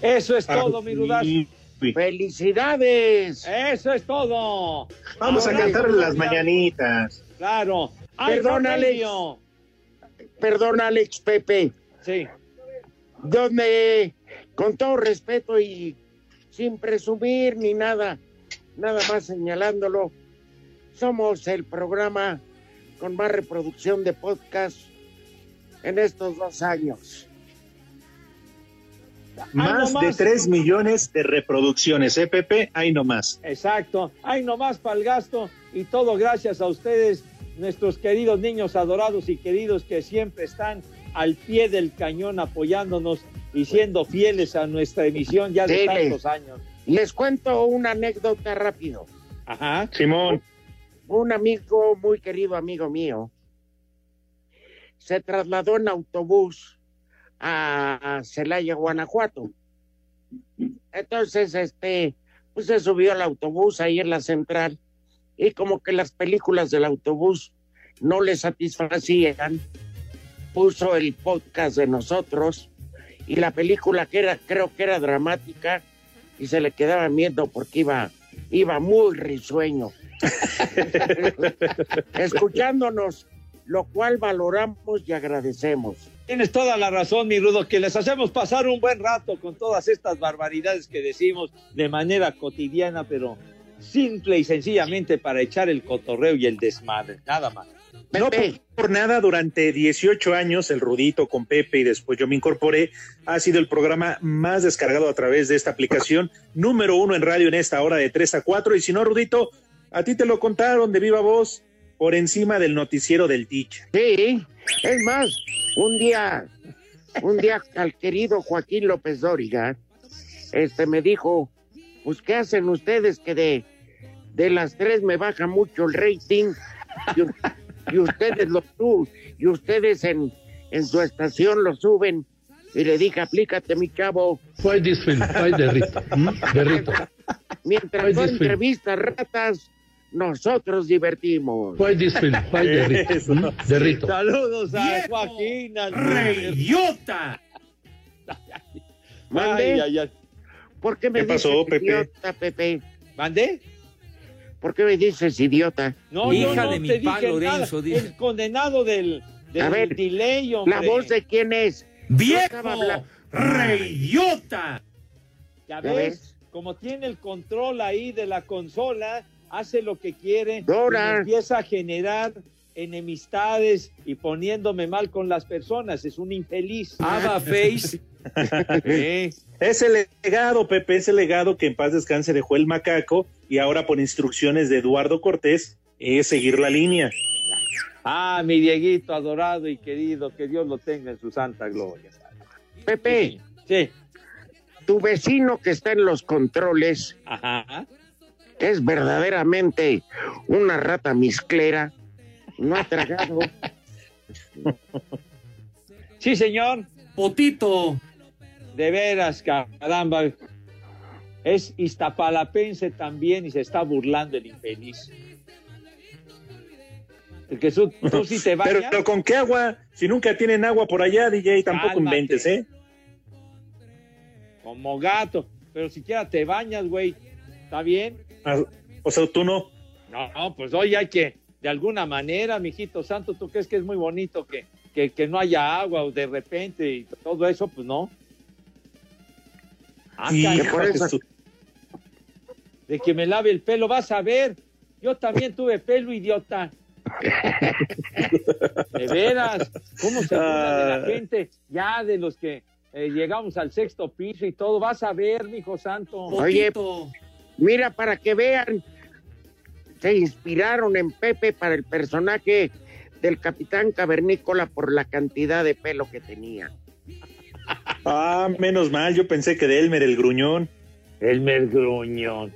Speaker 7: Eso es todo, mi Rudazo.
Speaker 3: ¡Felicidades!
Speaker 7: Eso es todo.
Speaker 6: Eh, Vamos a
Speaker 7: Ahora,
Speaker 6: cantar las mañanitas.
Speaker 7: Claro.
Speaker 3: Perdón, Alex.
Speaker 7: iHeartRadio.
Speaker 3: Perdón, Alex Pepe.
Speaker 7: Sí.
Speaker 3: Donde, con todo respeto y sin presumir ni nada, nada más señalándolo, somos el programa con más reproducción de podcast en estos dos años.
Speaker 6: Más de tres millones de reproducciones, ¿eh, Pepe? Ahí nomás.
Speaker 7: Exacto. Hay nomás para el gasto y todo gracias a ustedes, nuestros queridos niños adorados y queridos que siempre están al pie del cañón apoyándonos y siendo fieles a nuestra emisión ya de
Speaker 3: Sí,
Speaker 7: tantos años.
Speaker 3: Les cuento una anécdota rápido.
Speaker 7: Ajá.
Speaker 6: Simón.
Speaker 3: un amigo, muy querido amigo mío, se trasladó en autobús a Celaya, Guanajuato. Entonces, este, pues se subió al autobús ahí en la central y como que las películas del autobús no le satisfacían, puso el podcast de nosotros y la película que era, creo que era dramática, y se le quedaba viendo porque iba, iba muy risueño. Escuchándonos, lo cual valoramos y agradecemos.
Speaker 7: Tienes toda la razón, mi Rudo, que les hacemos pasar un buen rato con todas estas barbaridades que decimos de manera cotidiana, pero simple y sencillamente para echar el cotorreo y el desmadre, nada más.
Speaker 6: No
Speaker 3: pues,
Speaker 6: por nada, durante 18 años, el Rudito con Pepe y después yo me incorporé, ha sido el programa más descargado a través de esta aplicación, número uno en radio en esta hora de 3 a 4. Y si no, Rudito, a ti te lo contaron de viva voz por encima del noticiero del Ticha.
Speaker 3: Sí, es más, un día, un día al querido Joaquín López Dóriga, este me dijo, pues ¿qué hacen ustedes que de, de las tres me baja mucho el rating? Y- y ustedes lo suben, y ustedes en, en su estación lo suben. Y le dije, aplícate, mi chavo.
Speaker 21: Why this film? Why the rito? Hmm? The rito.
Speaker 3: Mientras
Speaker 21: Why
Speaker 3: tú
Speaker 21: this film?
Speaker 3: entrevistas ratas, nosotros divertimos.
Speaker 7: Pues,
Speaker 21: Why this film? Why the rito? Hmm? The rito.
Speaker 7: Saludos a Joaquín. al-
Speaker 3: ¡Idiota! ¿Mande?
Speaker 7: Ay, ay, ay.
Speaker 3: ¿Por qué me
Speaker 7: ¿Qué pasó,
Speaker 3: dices
Speaker 7: Pepe?
Speaker 3: idiota, Pepe?
Speaker 7: ¿Mande?
Speaker 3: ¿Por qué me dices idiota?
Speaker 7: No, yo no te dije nada. El condenado del, del
Speaker 3: A ver,
Speaker 7: delay, hombre.
Speaker 3: ¿La voz de quién es?
Speaker 7: ¡Viejo!
Speaker 3: ¡Reyota!
Speaker 7: Ya
Speaker 3: ¿Ya
Speaker 7: ves, como tiene el control ahí de la consola, hace lo que quiere,
Speaker 3: Dora.
Speaker 7: y me empieza a generar enemistades y poniéndome mal con las personas, es un infeliz.
Speaker 10: Ava Face.
Speaker 6: Ese legado, Pepe, ese legado que en paz descanse dejó el macaco y ahora por instrucciones de Eduardo Cortés es seguir la línea.
Speaker 7: Ah, mi Dieguito adorado y querido, que Dios lo tenga en su santa gloria.
Speaker 3: Pepe.
Speaker 7: Sí.
Speaker 3: Tu vecino que está en los controles
Speaker 7: Ajá.
Speaker 3: es verdaderamente una rata misclera. No ha tragado.
Speaker 7: Sí, señor.
Speaker 10: Potito.
Speaker 7: De veras, caramba. Es iztapalapense también y se está burlando el infeliz. El que su- tú sí te bañas.
Speaker 6: Pero, pero ¿con qué agua? Si nunca tienen agua por allá, DJ, tampoco
Speaker 7: Cálmate.
Speaker 6: inventes, ¿eh?
Speaker 7: Como gato. Pero siquiera te bañas, güey. ¿Está bien?
Speaker 6: Ah, O sea, tú no.
Speaker 7: No, no, pues hoy hay que, de alguna manera, mijito santo, ¿tú crees que es muy bonito que, que, que no haya agua o de repente y todo eso? Pues no. Ah,
Speaker 6: Hijo
Speaker 7: caray,
Speaker 6: de
Speaker 7: por eso-
Speaker 6: su-
Speaker 7: De que me lave el pelo, vas a ver. Yo también tuve pelo, idiota. De veras, ¿cómo se burla de la gente? Ya de los que eh, llegamos al sexto piso y todo, vas a ver, mijo santo.
Speaker 3: Oye, mira, para que vean, se inspiraron en Pepe para el personaje del Capitán Cavernícola por la cantidad de pelo que tenía.
Speaker 6: Ah, menos mal, yo pensé que de Elmer el gruñón.
Speaker 7: Elmer gruñón.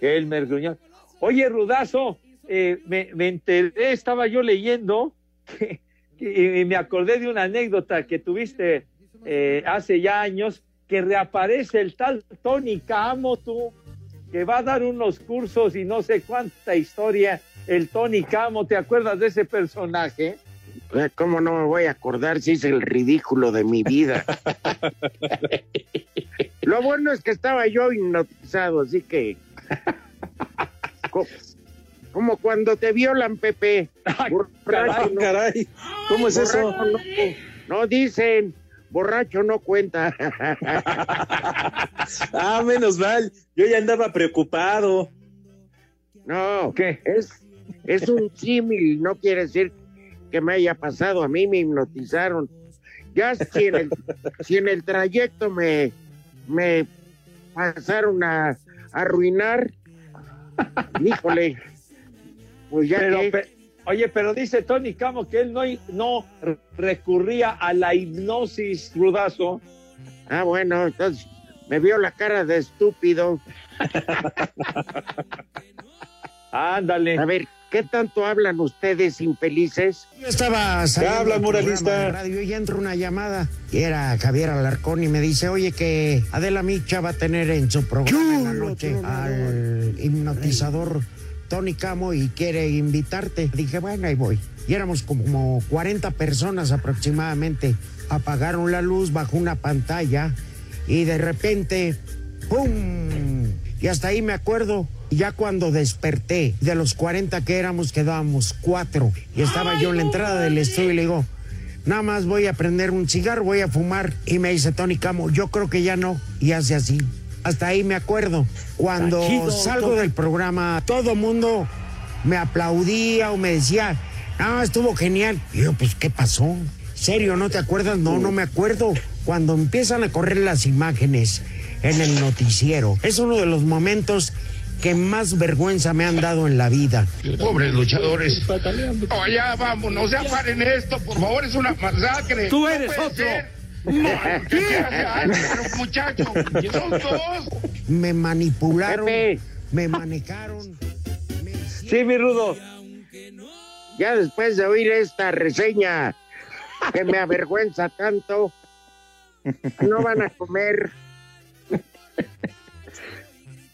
Speaker 7: Elmer gruñón. Oye, Rudazo, eh, me, me enteré, estaba yo leyendo que- que- y me acordé de una anécdota que tuviste eh, hace ya años, que reaparece el tal Tony Camo, tú, que va a dar unos cursos y no sé cuánta historia. El Tony Camo, ¿te acuerdas de ese personaje?
Speaker 3: Eh, ¿Cómo no me voy a acordar si es el ridículo de mi vida? Lo bueno es que estaba yo hipnotizado, así que. Co- Como cuando te violan, Pepe.
Speaker 6: caray, caray. ¿Cómo es eso?
Speaker 3: No,
Speaker 6: ¿eh?
Speaker 3: no dicen, borracho no cuenta.
Speaker 6: Ah, menos mal, yo ya andaba preocupado.
Speaker 3: No, Es, es un símil, no quiere decir que me haya pasado, a mí me hipnotizaron. Ya si en el, si en el trayecto me, me pasaron a, arruinar, híjole, pues ya
Speaker 7: Pero,
Speaker 3: que-
Speaker 7: pe- oye, pero dice Tony Camo que él no, no recurría a la hipnosis, Rudazo.
Speaker 3: Ah, bueno, entonces me vio la cara de estúpido.
Speaker 7: Ándale.
Speaker 3: A ver, ¿Qué tanto hablan ustedes infelices?
Speaker 9: Yo estaba saliendo
Speaker 6: habla,
Speaker 9: del programa
Speaker 6: muralista?
Speaker 9: de radio y entra una llamada y era Javier Alarcón y me dice, oye que Adela Micha va a tener en su programa en la noche al hipnotizador Tony Camo y quiere invitarte. Dije, bueno, ahí voy. Y éramos como 40 personas aproximadamente. Apagaron la luz bajo una pantalla y de repente, ¡pum! Y hasta ahí me acuerdo. Y ya cuando desperté, de los 40 que éramos, quedábamos cuatro. Y estaba yo en la entrada del estudio y le digo, nada más voy a prender un cigarro, voy a fumar. Y me dice Tony Camo, yo creo que ya no. Y hace así. Hasta ahí me acuerdo. Cuando
Speaker 10: Tachido,
Speaker 9: salgo
Speaker 10: Tony.
Speaker 9: del programa, todo mundo me aplaudía o me decía, ah, estuvo genial. Y yo, pues, ¿qué pasó? ¿Serio? ¿No te acuerdas? No, no me acuerdo. Cuando empiezan a correr las imágenes en el noticiero, es uno de los momentos que más vergüenza me han dado en la vida.
Speaker 22: Pobres luchadores. No, ya vamos, no se aparen esto, por favor, es una masacre.
Speaker 10: Tú eres
Speaker 22: puede
Speaker 10: otro.
Speaker 22: ser. Maldita, ay, pero muchachos, son dos.
Speaker 9: Me manipularon, me manejaron.
Speaker 3: Sí, mi rudo. Ya después de oír esta reseña que me avergüenza tanto, no van a comer.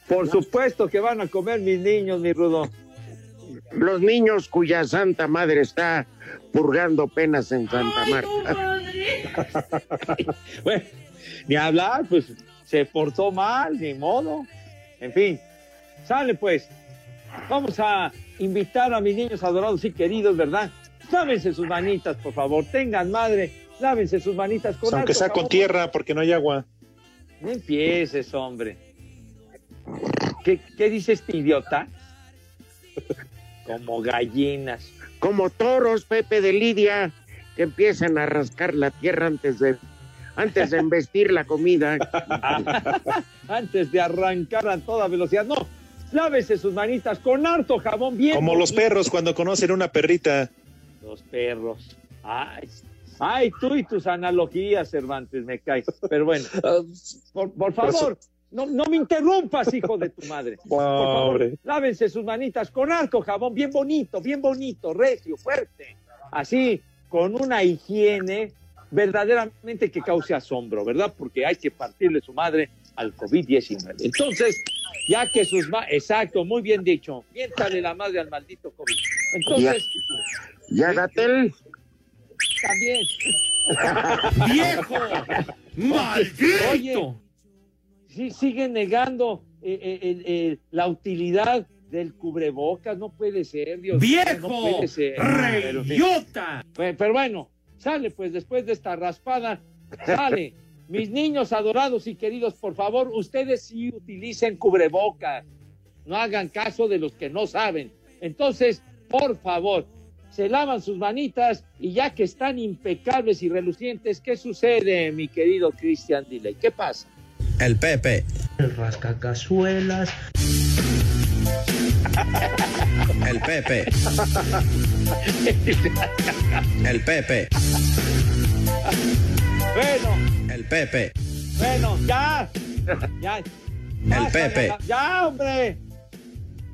Speaker 7: Por supuesto que van a comer mis niños, mi rudo.
Speaker 3: Los niños cuya santa madre está purgando penas en Santa Marta.
Speaker 7: Bueno, ni hablar, pues se portó mal, ni modo. En fin, sale pues. Vamos a invitar a mis niños adorados y queridos, ¿verdad? Lávense sus manitas, por favor. Tengan madre, lávense sus manitas con
Speaker 6: Pues, Aunque
Speaker 7: alto
Speaker 6: sea con
Speaker 7: jabón.
Speaker 6: tierra, porque no hay agua.
Speaker 7: No empieces, hombre. ¿Qué, qué dice este idiota? Como gallinas.
Speaker 3: Como toros, Pepe de Lidia, que empiezan a rascar la tierra antes de antes de embestir la comida.
Speaker 7: Antes de arrancar a toda velocidad. No, lávese sus manitas con harto jabón bien.
Speaker 6: Como los
Speaker 7: limpio.
Speaker 6: perros cuando conocen una perrita.
Speaker 7: Los perros. Ay, ay, tú y tus analogías, Cervantes, me caes. Pero bueno, por, por favor, no, no me interrumpas, hijo de tu madre. Por favor,
Speaker 6: Pobre.
Speaker 7: lávense sus manitas con harto jabón, bien bonito, bien bonito, recio, fuerte. Así, con una higiene verdaderamente que cause asombro, ¿verdad? Porque hay que partirle su madre al COVID-19. Entonces, ya que sus... ma- Exacto, muy bien dicho. Miéntale la madre al maldito COVID. Entonces...
Speaker 3: Y a Gatel,
Speaker 7: También. ¡Viejo!
Speaker 4: ¡Maldito!
Speaker 7: Oye, sí, sigue negando eh, eh, eh, eh, la utilidad del cubrebocas. No puede ser, Dios mío,
Speaker 4: ¡Viejo!
Speaker 7: No puede ser. Pero, en fin.
Speaker 4: ¡Reyota!
Speaker 7: Pues, pero bueno, sale pues después de esta raspada, sale. Mis niños adorados y queridos, por favor, ustedes sí utilicen cubrebocas. No hagan caso de los que no saben. Entonces, por favor, se lavan sus manitas y ya que están impecables y relucientes, ¿qué sucede, mi querido Cristian Dile? ¿Qué pasa?
Speaker 1: El Pepe.
Speaker 4: Rascacazuelas.
Speaker 1: El Pepe. El Pepe.
Speaker 7: Bueno,
Speaker 1: El Pepe.
Speaker 7: bueno, ya. Ya. Pasan
Speaker 1: Pepe.
Speaker 7: a la- ya, hombre.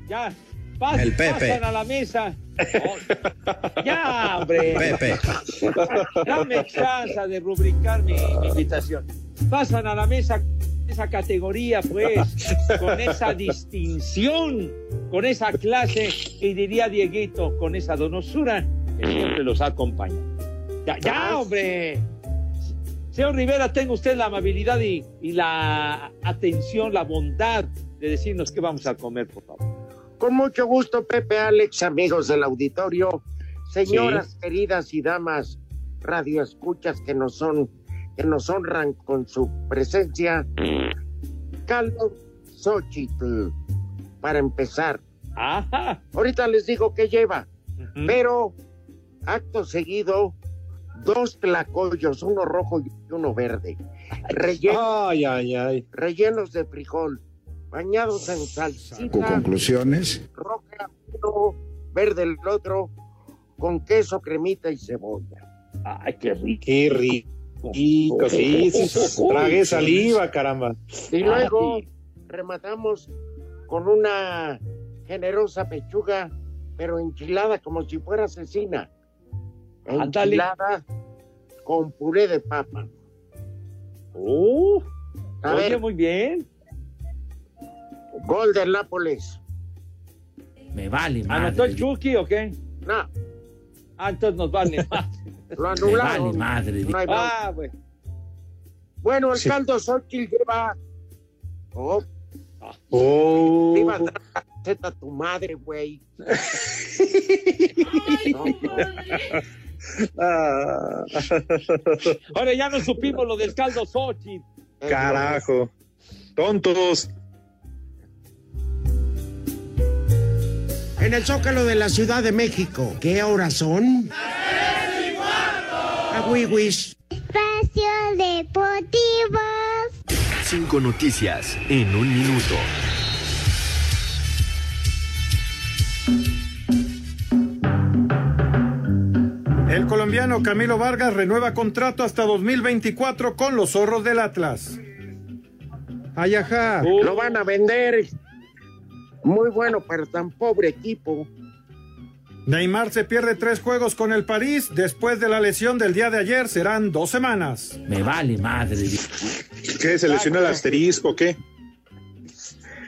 Speaker 7: Ya. Pas-
Speaker 1: El Pepe.
Speaker 7: Pasan a la mesa. Oh, ya, hombre.
Speaker 1: Pepe.
Speaker 7: Dame chance de rubricar mi, mi invitación. Pasan a la mesa con esa categoría, pues, con esa distinción, con esa clase, y diría Dieguito, con esa donosura que siempre los acompaña. Ya,
Speaker 3: Ah,
Speaker 7: ya, hombre. Señor Rivera, tenga usted la amabilidad y, y la atención, la bondad de decirnos qué vamos a comer, por favor.
Speaker 3: con mucho gusto, Pepe Alex, amigos del auditorio, señoras queridas y damas radioescuchas que nos son, que nos honran con su presencia. Caldo Xochitl, para empezar. Ahorita les digo qué lleva, pero acto seguido, dos tlacoyos, uno rojo y uno verde. Rellenos, rellenos de frijol, bañados en
Speaker 7: Ah.
Speaker 3: salsita
Speaker 20: Conclusiones.
Speaker 3: uno, verde el otro, con queso, cremita y cebolla.
Speaker 7: Ay, qué rico.
Speaker 6: Qué rico. Sí, sí, sí. Tragué saliva, caramba.
Speaker 3: Y luego rematamos con una generosa pechuga pero enchilada como si fuera asesina.
Speaker 7: Ándale.
Speaker 3: Enchilada con puré de papa.
Speaker 7: ¡Uh!
Speaker 3: A
Speaker 7: oye,
Speaker 3: ver.
Speaker 7: muy bien.
Speaker 3: Gol del Nápoles.
Speaker 7: Me vale, ¿Anotó el Chucky o qué?
Speaker 3: No.
Speaker 7: Ah, entonces nos vale.
Speaker 3: Lo anularon.
Speaker 7: vale madre.
Speaker 3: No hay bronca.
Speaker 7: ah, bueno.
Speaker 3: Bueno, el
Speaker 7: Sí.
Speaker 3: caldo Xochitl lleva. Oh.
Speaker 6: Oh.
Speaker 3: Te iba a dar la receta a tu madre, güey. No,
Speaker 6: Ah.
Speaker 7: Ahora ya no supimos lo del caldo Sochi.
Speaker 6: Carajo. Tontos.
Speaker 9: En el Zócalo de la Ciudad de México, ¿qué horas son? Agüigüis.
Speaker 8: Espacio Deportivo.
Speaker 11: Cinco noticias en un minuto.
Speaker 14: El colombiano Camilo Vargas renueva contrato hasta 2024 con los zorros del Atlas. Ayajá.
Speaker 3: Lo van a vender. Muy bueno para tan pobre equipo.
Speaker 14: Neymar se pierde tres juegos con el París. Después de la lesión del día de ayer serán dos semanas.
Speaker 6: Me vale madre. ¿Qué? ¿Se lesiona el asterisco o qué?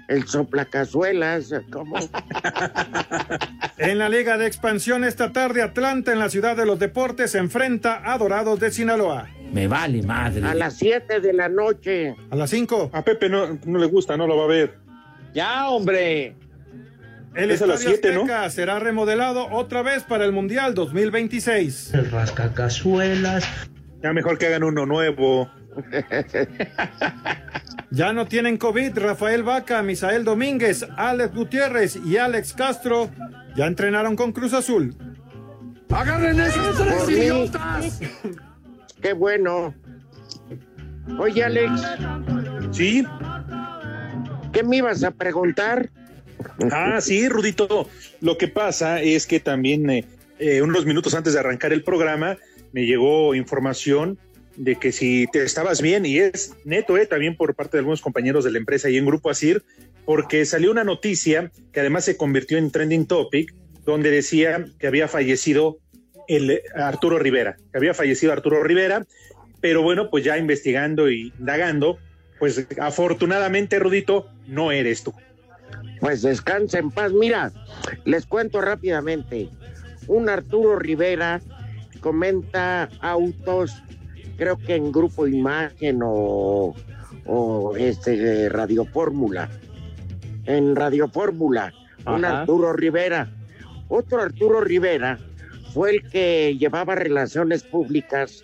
Speaker 3: El soplacazuelas, ¿cómo?
Speaker 14: En la Liga de Expansión esta tarde, Atlanta en la Ciudad de los Deportes enfrenta a Dorados de Sinaloa.
Speaker 6: Me vale madre.
Speaker 3: A las 7 de la noche.
Speaker 14: A las 5.
Speaker 6: A Pepe no, no le gusta, no lo va a ver.
Speaker 7: Ya, hombre.
Speaker 14: El
Speaker 6: Es a
Speaker 14: Estadio
Speaker 6: las siete, ¿no?
Speaker 14: Azteca será remodelado otra vez para el Mundial 2026.
Speaker 4: El rascacazuelas.
Speaker 6: Ya mejor que hagan uno nuevo.
Speaker 14: Ya no tienen COVID Rafael Vaca, Misael Domínguez, Alex Gutiérrez y Alex Castro. Ya entrenaron con Cruz Azul.
Speaker 3: ¡Agarren esos
Speaker 14: tres
Speaker 3: idiotas! ¡Qué bueno! Oye, Alex.
Speaker 6: ¿Sí?
Speaker 3: ¿Qué me ibas a preguntar?
Speaker 6: Ah, sí, Rudito. Lo que pasa es que también eh, eh, unos minutos antes de arrancar el programa me llegó información de que si te estabas bien, y es neto, eh, también por parte de algunos compañeros de la empresa y en Grupo ASIR, porque salió una noticia que además se convirtió en trending topic, donde decía que había fallecido el eh, Arturo Rivera, que había fallecido Arturo Rivera, pero bueno, pues ya investigando y indagando, pues afortunadamente, Rudito, no eres tú.
Speaker 3: Pues descansa en paz. Mira, les cuento rápidamente. Un Arturo Rivera comenta autos, creo que en Grupo Imagen o, o este Radio Fórmula. En Radio Fórmula, un
Speaker 23: Ajá.
Speaker 3: Arturo Rivera. Otro Arturo Rivera fue el que llevaba relaciones públicas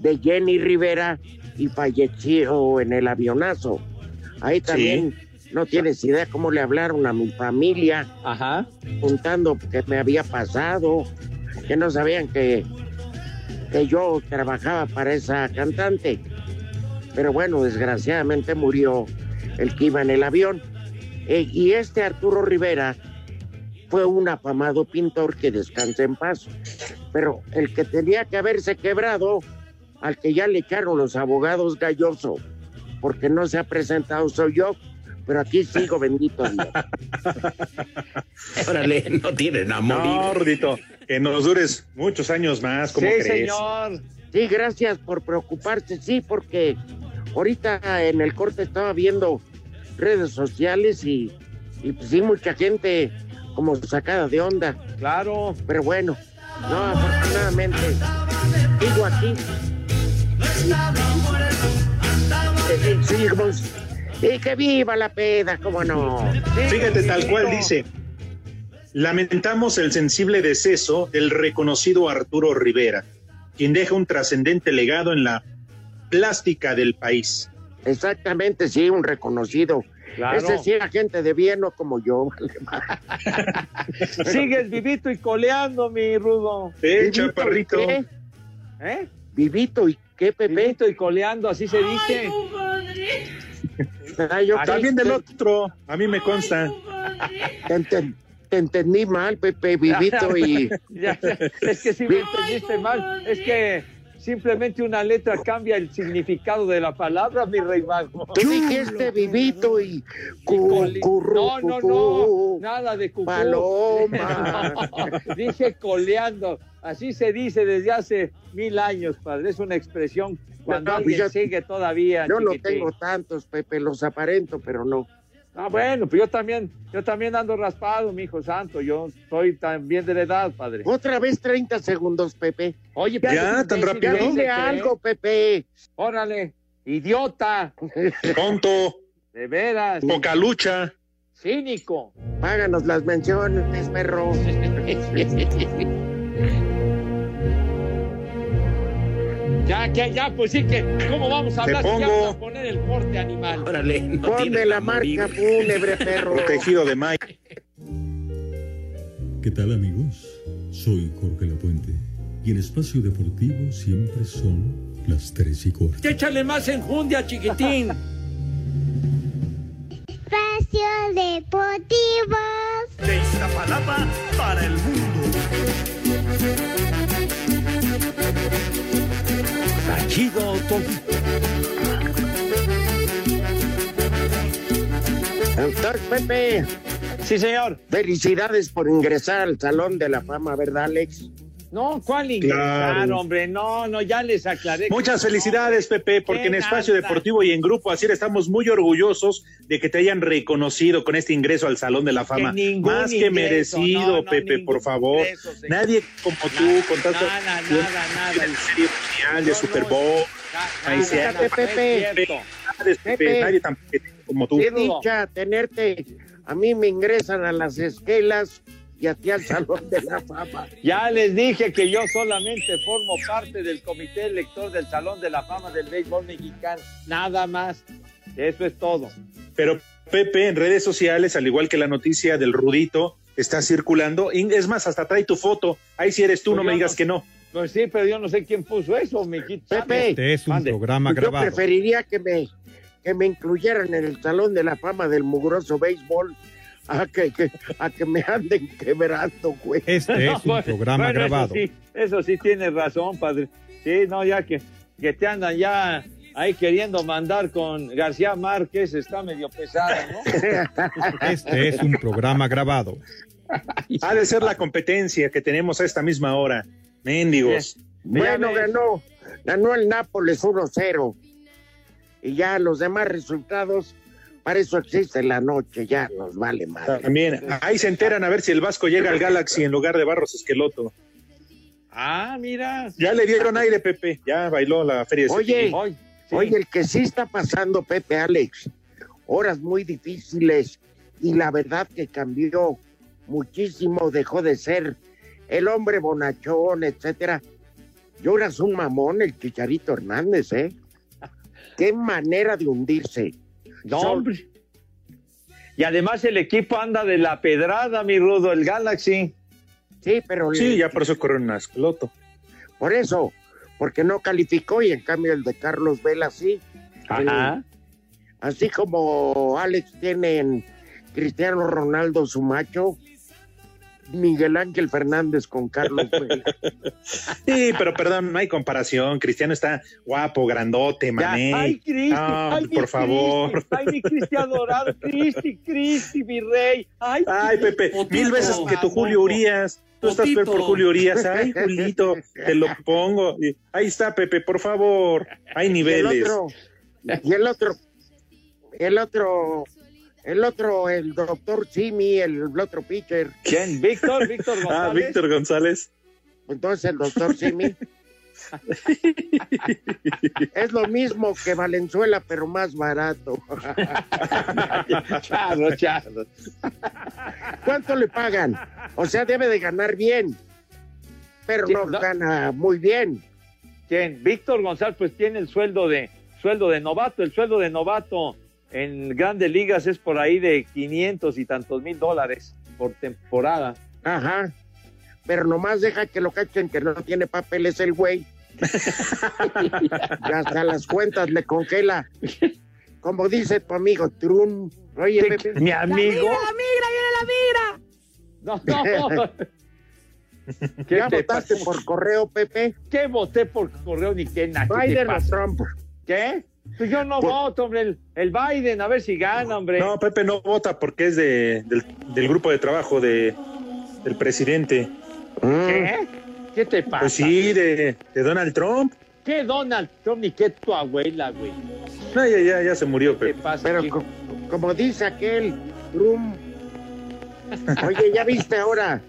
Speaker 3: de Jenny Rivera y falleció en el avionazo. Ahí también no tienes idea cómo le hablaron a mi familia.
Speaker 7: Ajá.
Speaker 3: Contando que me había pasado, que no sabían que, que yo trabajaba para esa cantante. Pero bueno, desgraciadamente murió el que iba en el avión. Eh, y este Arturo Rivera fue un afamado pintor que descansa en paz. Pero el que tenía que haberse quebrado, al que ya le echaron los abogados Galloso, porque no se ha presentado soy yo, pero aquí sigo, bendito Dios.
Speaker 17: Órale, no tienen a
Speaker 6: No,
Speaker 17: morir.
Speaker 6: Rudito, que nos dures muchos años más, ¿cómo crees?
Speaker 3: Sí, gracias por preocuparse, sí, porque ahorita en el corte estaba viendo redes sociales y, y pues sí, mucha gente como sacada de onda.
Speaker 7: Claro.
Speaker 3: Pero bueno, no, afortunadamente, digo aquí. Eh, sí, vamos. Y que viva la peda, cómo no. Sí,
Speaker 6: Fíjate, tal
Speaker 3: sí,
Speaker 6: cual
Speaker 3: no.
Speaker 6: dice. Lamentamos el sensible deceso del reconocido Arturo Rivera, quien deja un trascendente legado en la plástica del país.
Speaker 3: Exactamente, sí, un reconocido.
Speaker 6: Claro.
Speaker 3: Ese sí era gente de bien, no como yo. vale, madre.
Speaker 7: Sigues vivito y coleando, mi rudo.
Speaker 6: Eh, chaparrito.
Speaker 7: ¿Qué? ¿Eh?
Speaker 3: Vivito y qué, Pepe.
Speaker 7: Vivito y coleando, así se dice.
Speaker 3: Ah, yo
Speaker 6: También
Speaker 3: te-
Speaker 6: del otro, a mí me consta.
Speaker 3: Te, enten- te entendí mal, Pepe, vivito y.
Speaker 7: Ya, ya, es que si me entendiste mal, es que Simplemente una letra cambia el significado de la palabra, mi rey mago.
Speaker 3: Tú dijiste vivito y cu, curru,
Speaker 7: No, no, no, nada de cucú.
Speaker 3: Paloma.
Speaker 7: No, dije coleando. Así se dice desde hace mil años, padre. Es una expresión cuando
Speaker 3: No,
Speaker 7: alguien
Speaker 3: yo-
Speaker 7: sigue todavía.
Speaker 3: Ah, Yo no
Speaker 7: chiquitín.
Speaker 3: tengo tantos, Pepe, los aparento, pero no.
Speaker 7: Ah, bueno, pues yo también, yo también ando raspado, mi hijo santo. Yo soy también de la edad, padre.
Speaker 3: Otra vez 30 segundos, Pepe.
Speaker 7: Oye,
Speaker 3: Oh, Ya,
Speaker 7: pero-
Speaker 3: tan rápido.
Speaker 7: Ya
Speaker 3: Dile algo, Pepe.
Speaker 7: Órale, idiota.
Speaker 22: Tonto,
Speaker 7: De veras.
Speaker 22: poca lucha.
Speaker 7: Cínico.
Speaker 3: Páganos las menciones, perro.
Speaker 7: Ya, que ya, pues sí que, ¿cómo vamos a
Speaker 3: Te
Speaker 7: hablar si ya
Speaker 3: pongo-
Speaker 7: vamos a poner el corte animal?
Speaker 17: Órale, no
Speaker 3: Ponme
Speaker 17: tienes
Speaker 3: la
Speaker 17: a
Speaker 3: marca
Speaker 17: morir.
Speaker 3: fúnebre, perro.
Speaker 6: Protegido de Mike.
Speaker 15: ¿Qué tal amigos? Soy Jorge Lapuente y en Espacio Deportivo siempre son las tres y cuarto.
Speaker 10: Échale más enjundia, chiquitín.
Speaker 8: Espacio Deportivo.
Speaker 11: De Iztapalapa para el mundo.
Speaker 10: Chido, Toby.
Speaker 3: Doctor Pepe.
Speaker 7: Sí, señor.
Speaker 3: Felicidades por ingresar al Salón de la Fama, ¿verdad, Alex?
Speaker 7: No, ¿cuál ingresar, hombre? No, no, ya les aclaré. que
Speaker 6: Muchas
Speaker 7: no.
Speaker 6: felicidades, Pepe, porque
Speaker 7: Qué
Speaker 6: en Espacio
Speaker 7: nada.
Speaker 6: Deportivo y en Grupo Asir estamos muy orgullosos de que te hayan reconocido con este ingreso al Salón de la Fama.
Speaker 7: ningún
Speaker 6: Más que
Speaker 7: ingreso,
Speaker 6: merecido,
Speaker 7: no, no,
Speaker 6: Pepe,
Speaker 7: ningún
Speaker 6: por favor.
Speaker 7: ingreso, señor.
Speaker 6: Nadie como tú, con tanto.
Speaker 7: Nada, nada, nada.
Speaker 6: de Serie Mundial, de Super Bowl. ahí se
Speaker 3: nada,
Speaker 6: habla.
Speaker 3: Pepe.
Speaker 6: Felicidades, Pepe.
Speaker 3: Pepe.
Speaker 6: Nadie tan pequeño como tú.
Speaker 3: Qué dicha tenerte. A mí me ingresan a las esquelas y a ti al Salón de la Fama.
Speaker 7: Ya les dije que yo solamente formo parte del comité elector del Salón de la Fama del Béisbol Mexicano. Nada más. Eso es todo.
Speaker 6: Pero Pepe, en redes sociales, al igual que la noticia del Rudito, está circulando. Y Es más, hasta trae tu foto. Ahí si eres tú,
Speaker 7: Pues
Speaker 6: no
Speaker 7: yo
Speaker 6: me digas
Speaker 7: no-
Speaker 6: que no.
Speaker 7: Pues sí, pero yo no sé quién puso eso, mijito.
Speaker 3: Pepe.
Speaker 7: Este
Speaker 14: es un programa
Speaker 3: Yo
Speaker 14: grabado.
Speaker 3: preferiría que me, que me incluyeran en el Salón de la Fama del mugroso béisbol a que, que- a que me anden quebrando, güey.
Speaker 14: Este es un
Speaker 7: Bueno,
Speaker 14: programa
Speaker 7: bueno, Eso
Speaker 14: grabado.
Speaker 7: sí, eso sí tienes razón, padre. Sí, no, ya que, que te andan ya ahí queriendo mandar con García Márquez, está medio pesado, ¿no?
Speaker 14: Este es un programa grabado.
Speaker 6: Ha de ser la competencia que tenemos a esta misma hora. Mendigos.
Speaker 3: Bueno, ganó, ganó el Nápoles 1-0. Y ya los demás resultados, para eso existe la noche, ya nos vale madre.
Speaker 6: También, ahí se enteran a ver si el Vasco llega al Galaxy en lugar de Barros Esqueloto.
Speaker 7: Ah, mira.
Speaker 6: Ya le dieron aire, Pepe. Ya bailó la feria de
Speaker 3: Oye,
Speaker 6: Cepillín.
Speaker 3: oye, el que sí está pasando, Pepe Alex, horas muy difíciles y la verdad que cambió muchísimo, dejó de ser el hombre bonachón, etcétera. Y ahora es un mamón el Chicharito Hernández, ¿eh? Qué manera de hundirse.
Speaker 7: No,
Speaker 3: Sol-
Speaker 7: hombre. Y además el equipo anda de la pedrada, mi rudo, el Galaxy.
Speaker 3: Sí, pero le-
Speaker 6: Sí, ya por eso corrieron a Esqueloto.
Speaker 3: por eso, porque no calificó y en cambio el de Carlos Vela sí.
Speaker 7: Ajá.
Speaker 3: Así como Alex tiene en Cristiano Ronaldo su macho, Miguel Ángel Fernández con Carlos Vela.
Speaker 6: Sí, pero perdón, no hay comparación. Cristiano está guapo, grandote,
Speaker 7: Ya.
Speaker 6: mané.
Speaker 7: Ay, Cristi,
Speaker 6: No,
Speaker 7: ay, mi
Speaker 6: por favor.
Speaker 7: Cristi, ay, mi Cristi adorado, Cristi, Cristi, mi rey. Ay,
Speaker 6: Ay, Pepe, mil veces que tu Julio Urias. Tú estás peor por
Speaker 7: Potito.
Speaker 6: Julio Urias. Ay, Julito, te lo pongo. Ahí está, Pepe, por favor. Hay
Speaker 3: Y el
Speaker 6: niveles.
Speaker 3: otro, y el otro, el otro, el otro, el doctor Simi, el, otro pitcher.
Speaker 7: ¿Quién? Víctor, Víctor
Speaker 6: Ah,
Speaker 7: González.
Speaker 6: Víctor González.
Speaker 3: Entonces el doctor Simi. es lo mismo que Valenzuela, pero más barato.
Speaker 7: Charro, charro.
Speaker 3: ¿Cuánto le pagan? O sea, debe de ganar bien, pero
Speaker 7: Sí,
Speaker 3: no
Speaker 7: no.
Speaker 3: gana muy bien.
Speaker 7: ¿Quién? Víctor González, pues tiene el sueldo de, sueldo de novato. El sueldo de novato en grandes ligas es por ahí de 500 y tantos mil dólares por temporada.
Speaker 3: Ajá. Pero nomás deja que lo cachen que no tiene papeles el güey. y hasta las cuentas le congela. Como dice tu amigo Trun. Oye, Pepe.
Speaker 7: Mi amigo.
Speaker 5: migra, viene la migra.
Speaker 7: No, no.
Speaker 3: ¿Ya votaste por correo, Pepe?
Speaker 7: ¿Qué voté por correo ni qué nada? ¿Qué te
Speaker 3: Biden o
Speaker 7: pasa?
Speaker 3: Trump.
Speaker 7: ¿Qué? Pues yo no
Speaker 6: Por-
Speaker 7: voto, hombre. El, el Biden, a ver si gana, hombre.
Speaker 6: No, Pepe no vota porque es de, del, del grupo de trabajo de, del presidente.
Speaker 7: ¿Qué? ¿Qué te pasa?
Speaker 6: Pues sí, de, de Donald Trump.
Speaker 7: ¿Qué Donald Trump ni qué tu abuela, güey?
Speaker 6: No, ya, ya, ya se murió, Pepe.
Speaker 7: Pero
Speaker 3: Mm, co- como dice aquel Trump. Oye, ¿ya viste ahora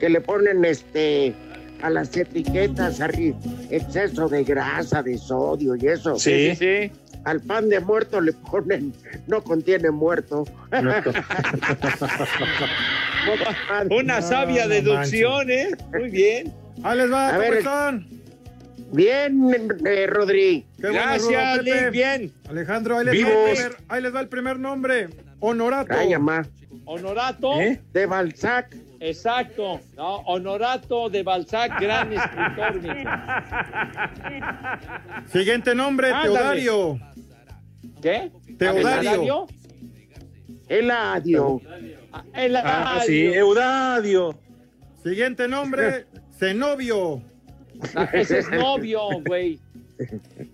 Speaker 3: que le ponen este a las etiquetas arriba exceso de grasa, de sodio y eso?
Speaker 6: Sí. Sí,
Speaker 3: Al pan de muerto le ponen no contiene muerto.
Speaker 7: Una sabia deducción, ¿eh? Muy bien.
Speaker 14: Ahí les va,
Speaker 3: A
Speaker 14: ¿cómo
Speaker 3: ver,
Speaker 14: están?
Speaker 3: Bien, eh, Rodri.
Speaker 14: Qué bueno,
Speaker 7: Gracias,
Speaker 14: Rudo, Pepe.
Speaker 7: Liz, bien.
Speaker 14: Alejandro, ahí les, va
Speaker 3: Vivos.
Speaker 14: el primer, ahí les va el primer nombre. Honorato.
Speaker 3: Ay, mamá.
Speaker 7: Honorato.
Speaker 6: ¿Eh?
Speaker 3: De Balzac.
Speaker 7: Exacto. No, Honorato de Balzac, gran escritor. mijo.
Speaker 14: Siguiente nombre,
Speaker 7: Ándale.
Speaker 14: Teodario.
Speaker 7: ¿Qué?
Speaker 14: Teodario.
Speaker 3: Eladio.
Speaker 7: ¿Eladio? Eladio.
Speaker 6: Ah, sí, Eudadio.
Speaker 14: Siguiente nombre, Zenobio.
Speaker 7: Ah, Ese es novio, güey.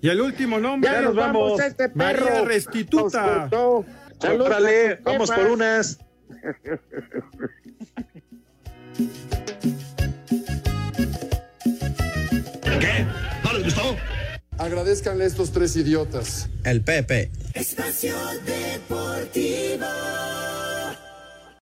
Speaker 14: Y el último nombre,
Speaker 3: Ya, nos vamos, este perro.
Speaker 14: María
Speaker 3: nos
Speaker 14: Restituta.
Speaker 3: cortó. Saludos a
Speaker 6: Órale,
Speaker 3: sus
Speaker 6: vamos por
Speaker 3: jefas.
Speaker 6: unas.
Speaker 11: ¿Qué? ¿No les gustó?
Speaker 1: Agradezcanle a estos tres idiotas. El Pepe.
Speaker 2: Espacio Deportivo.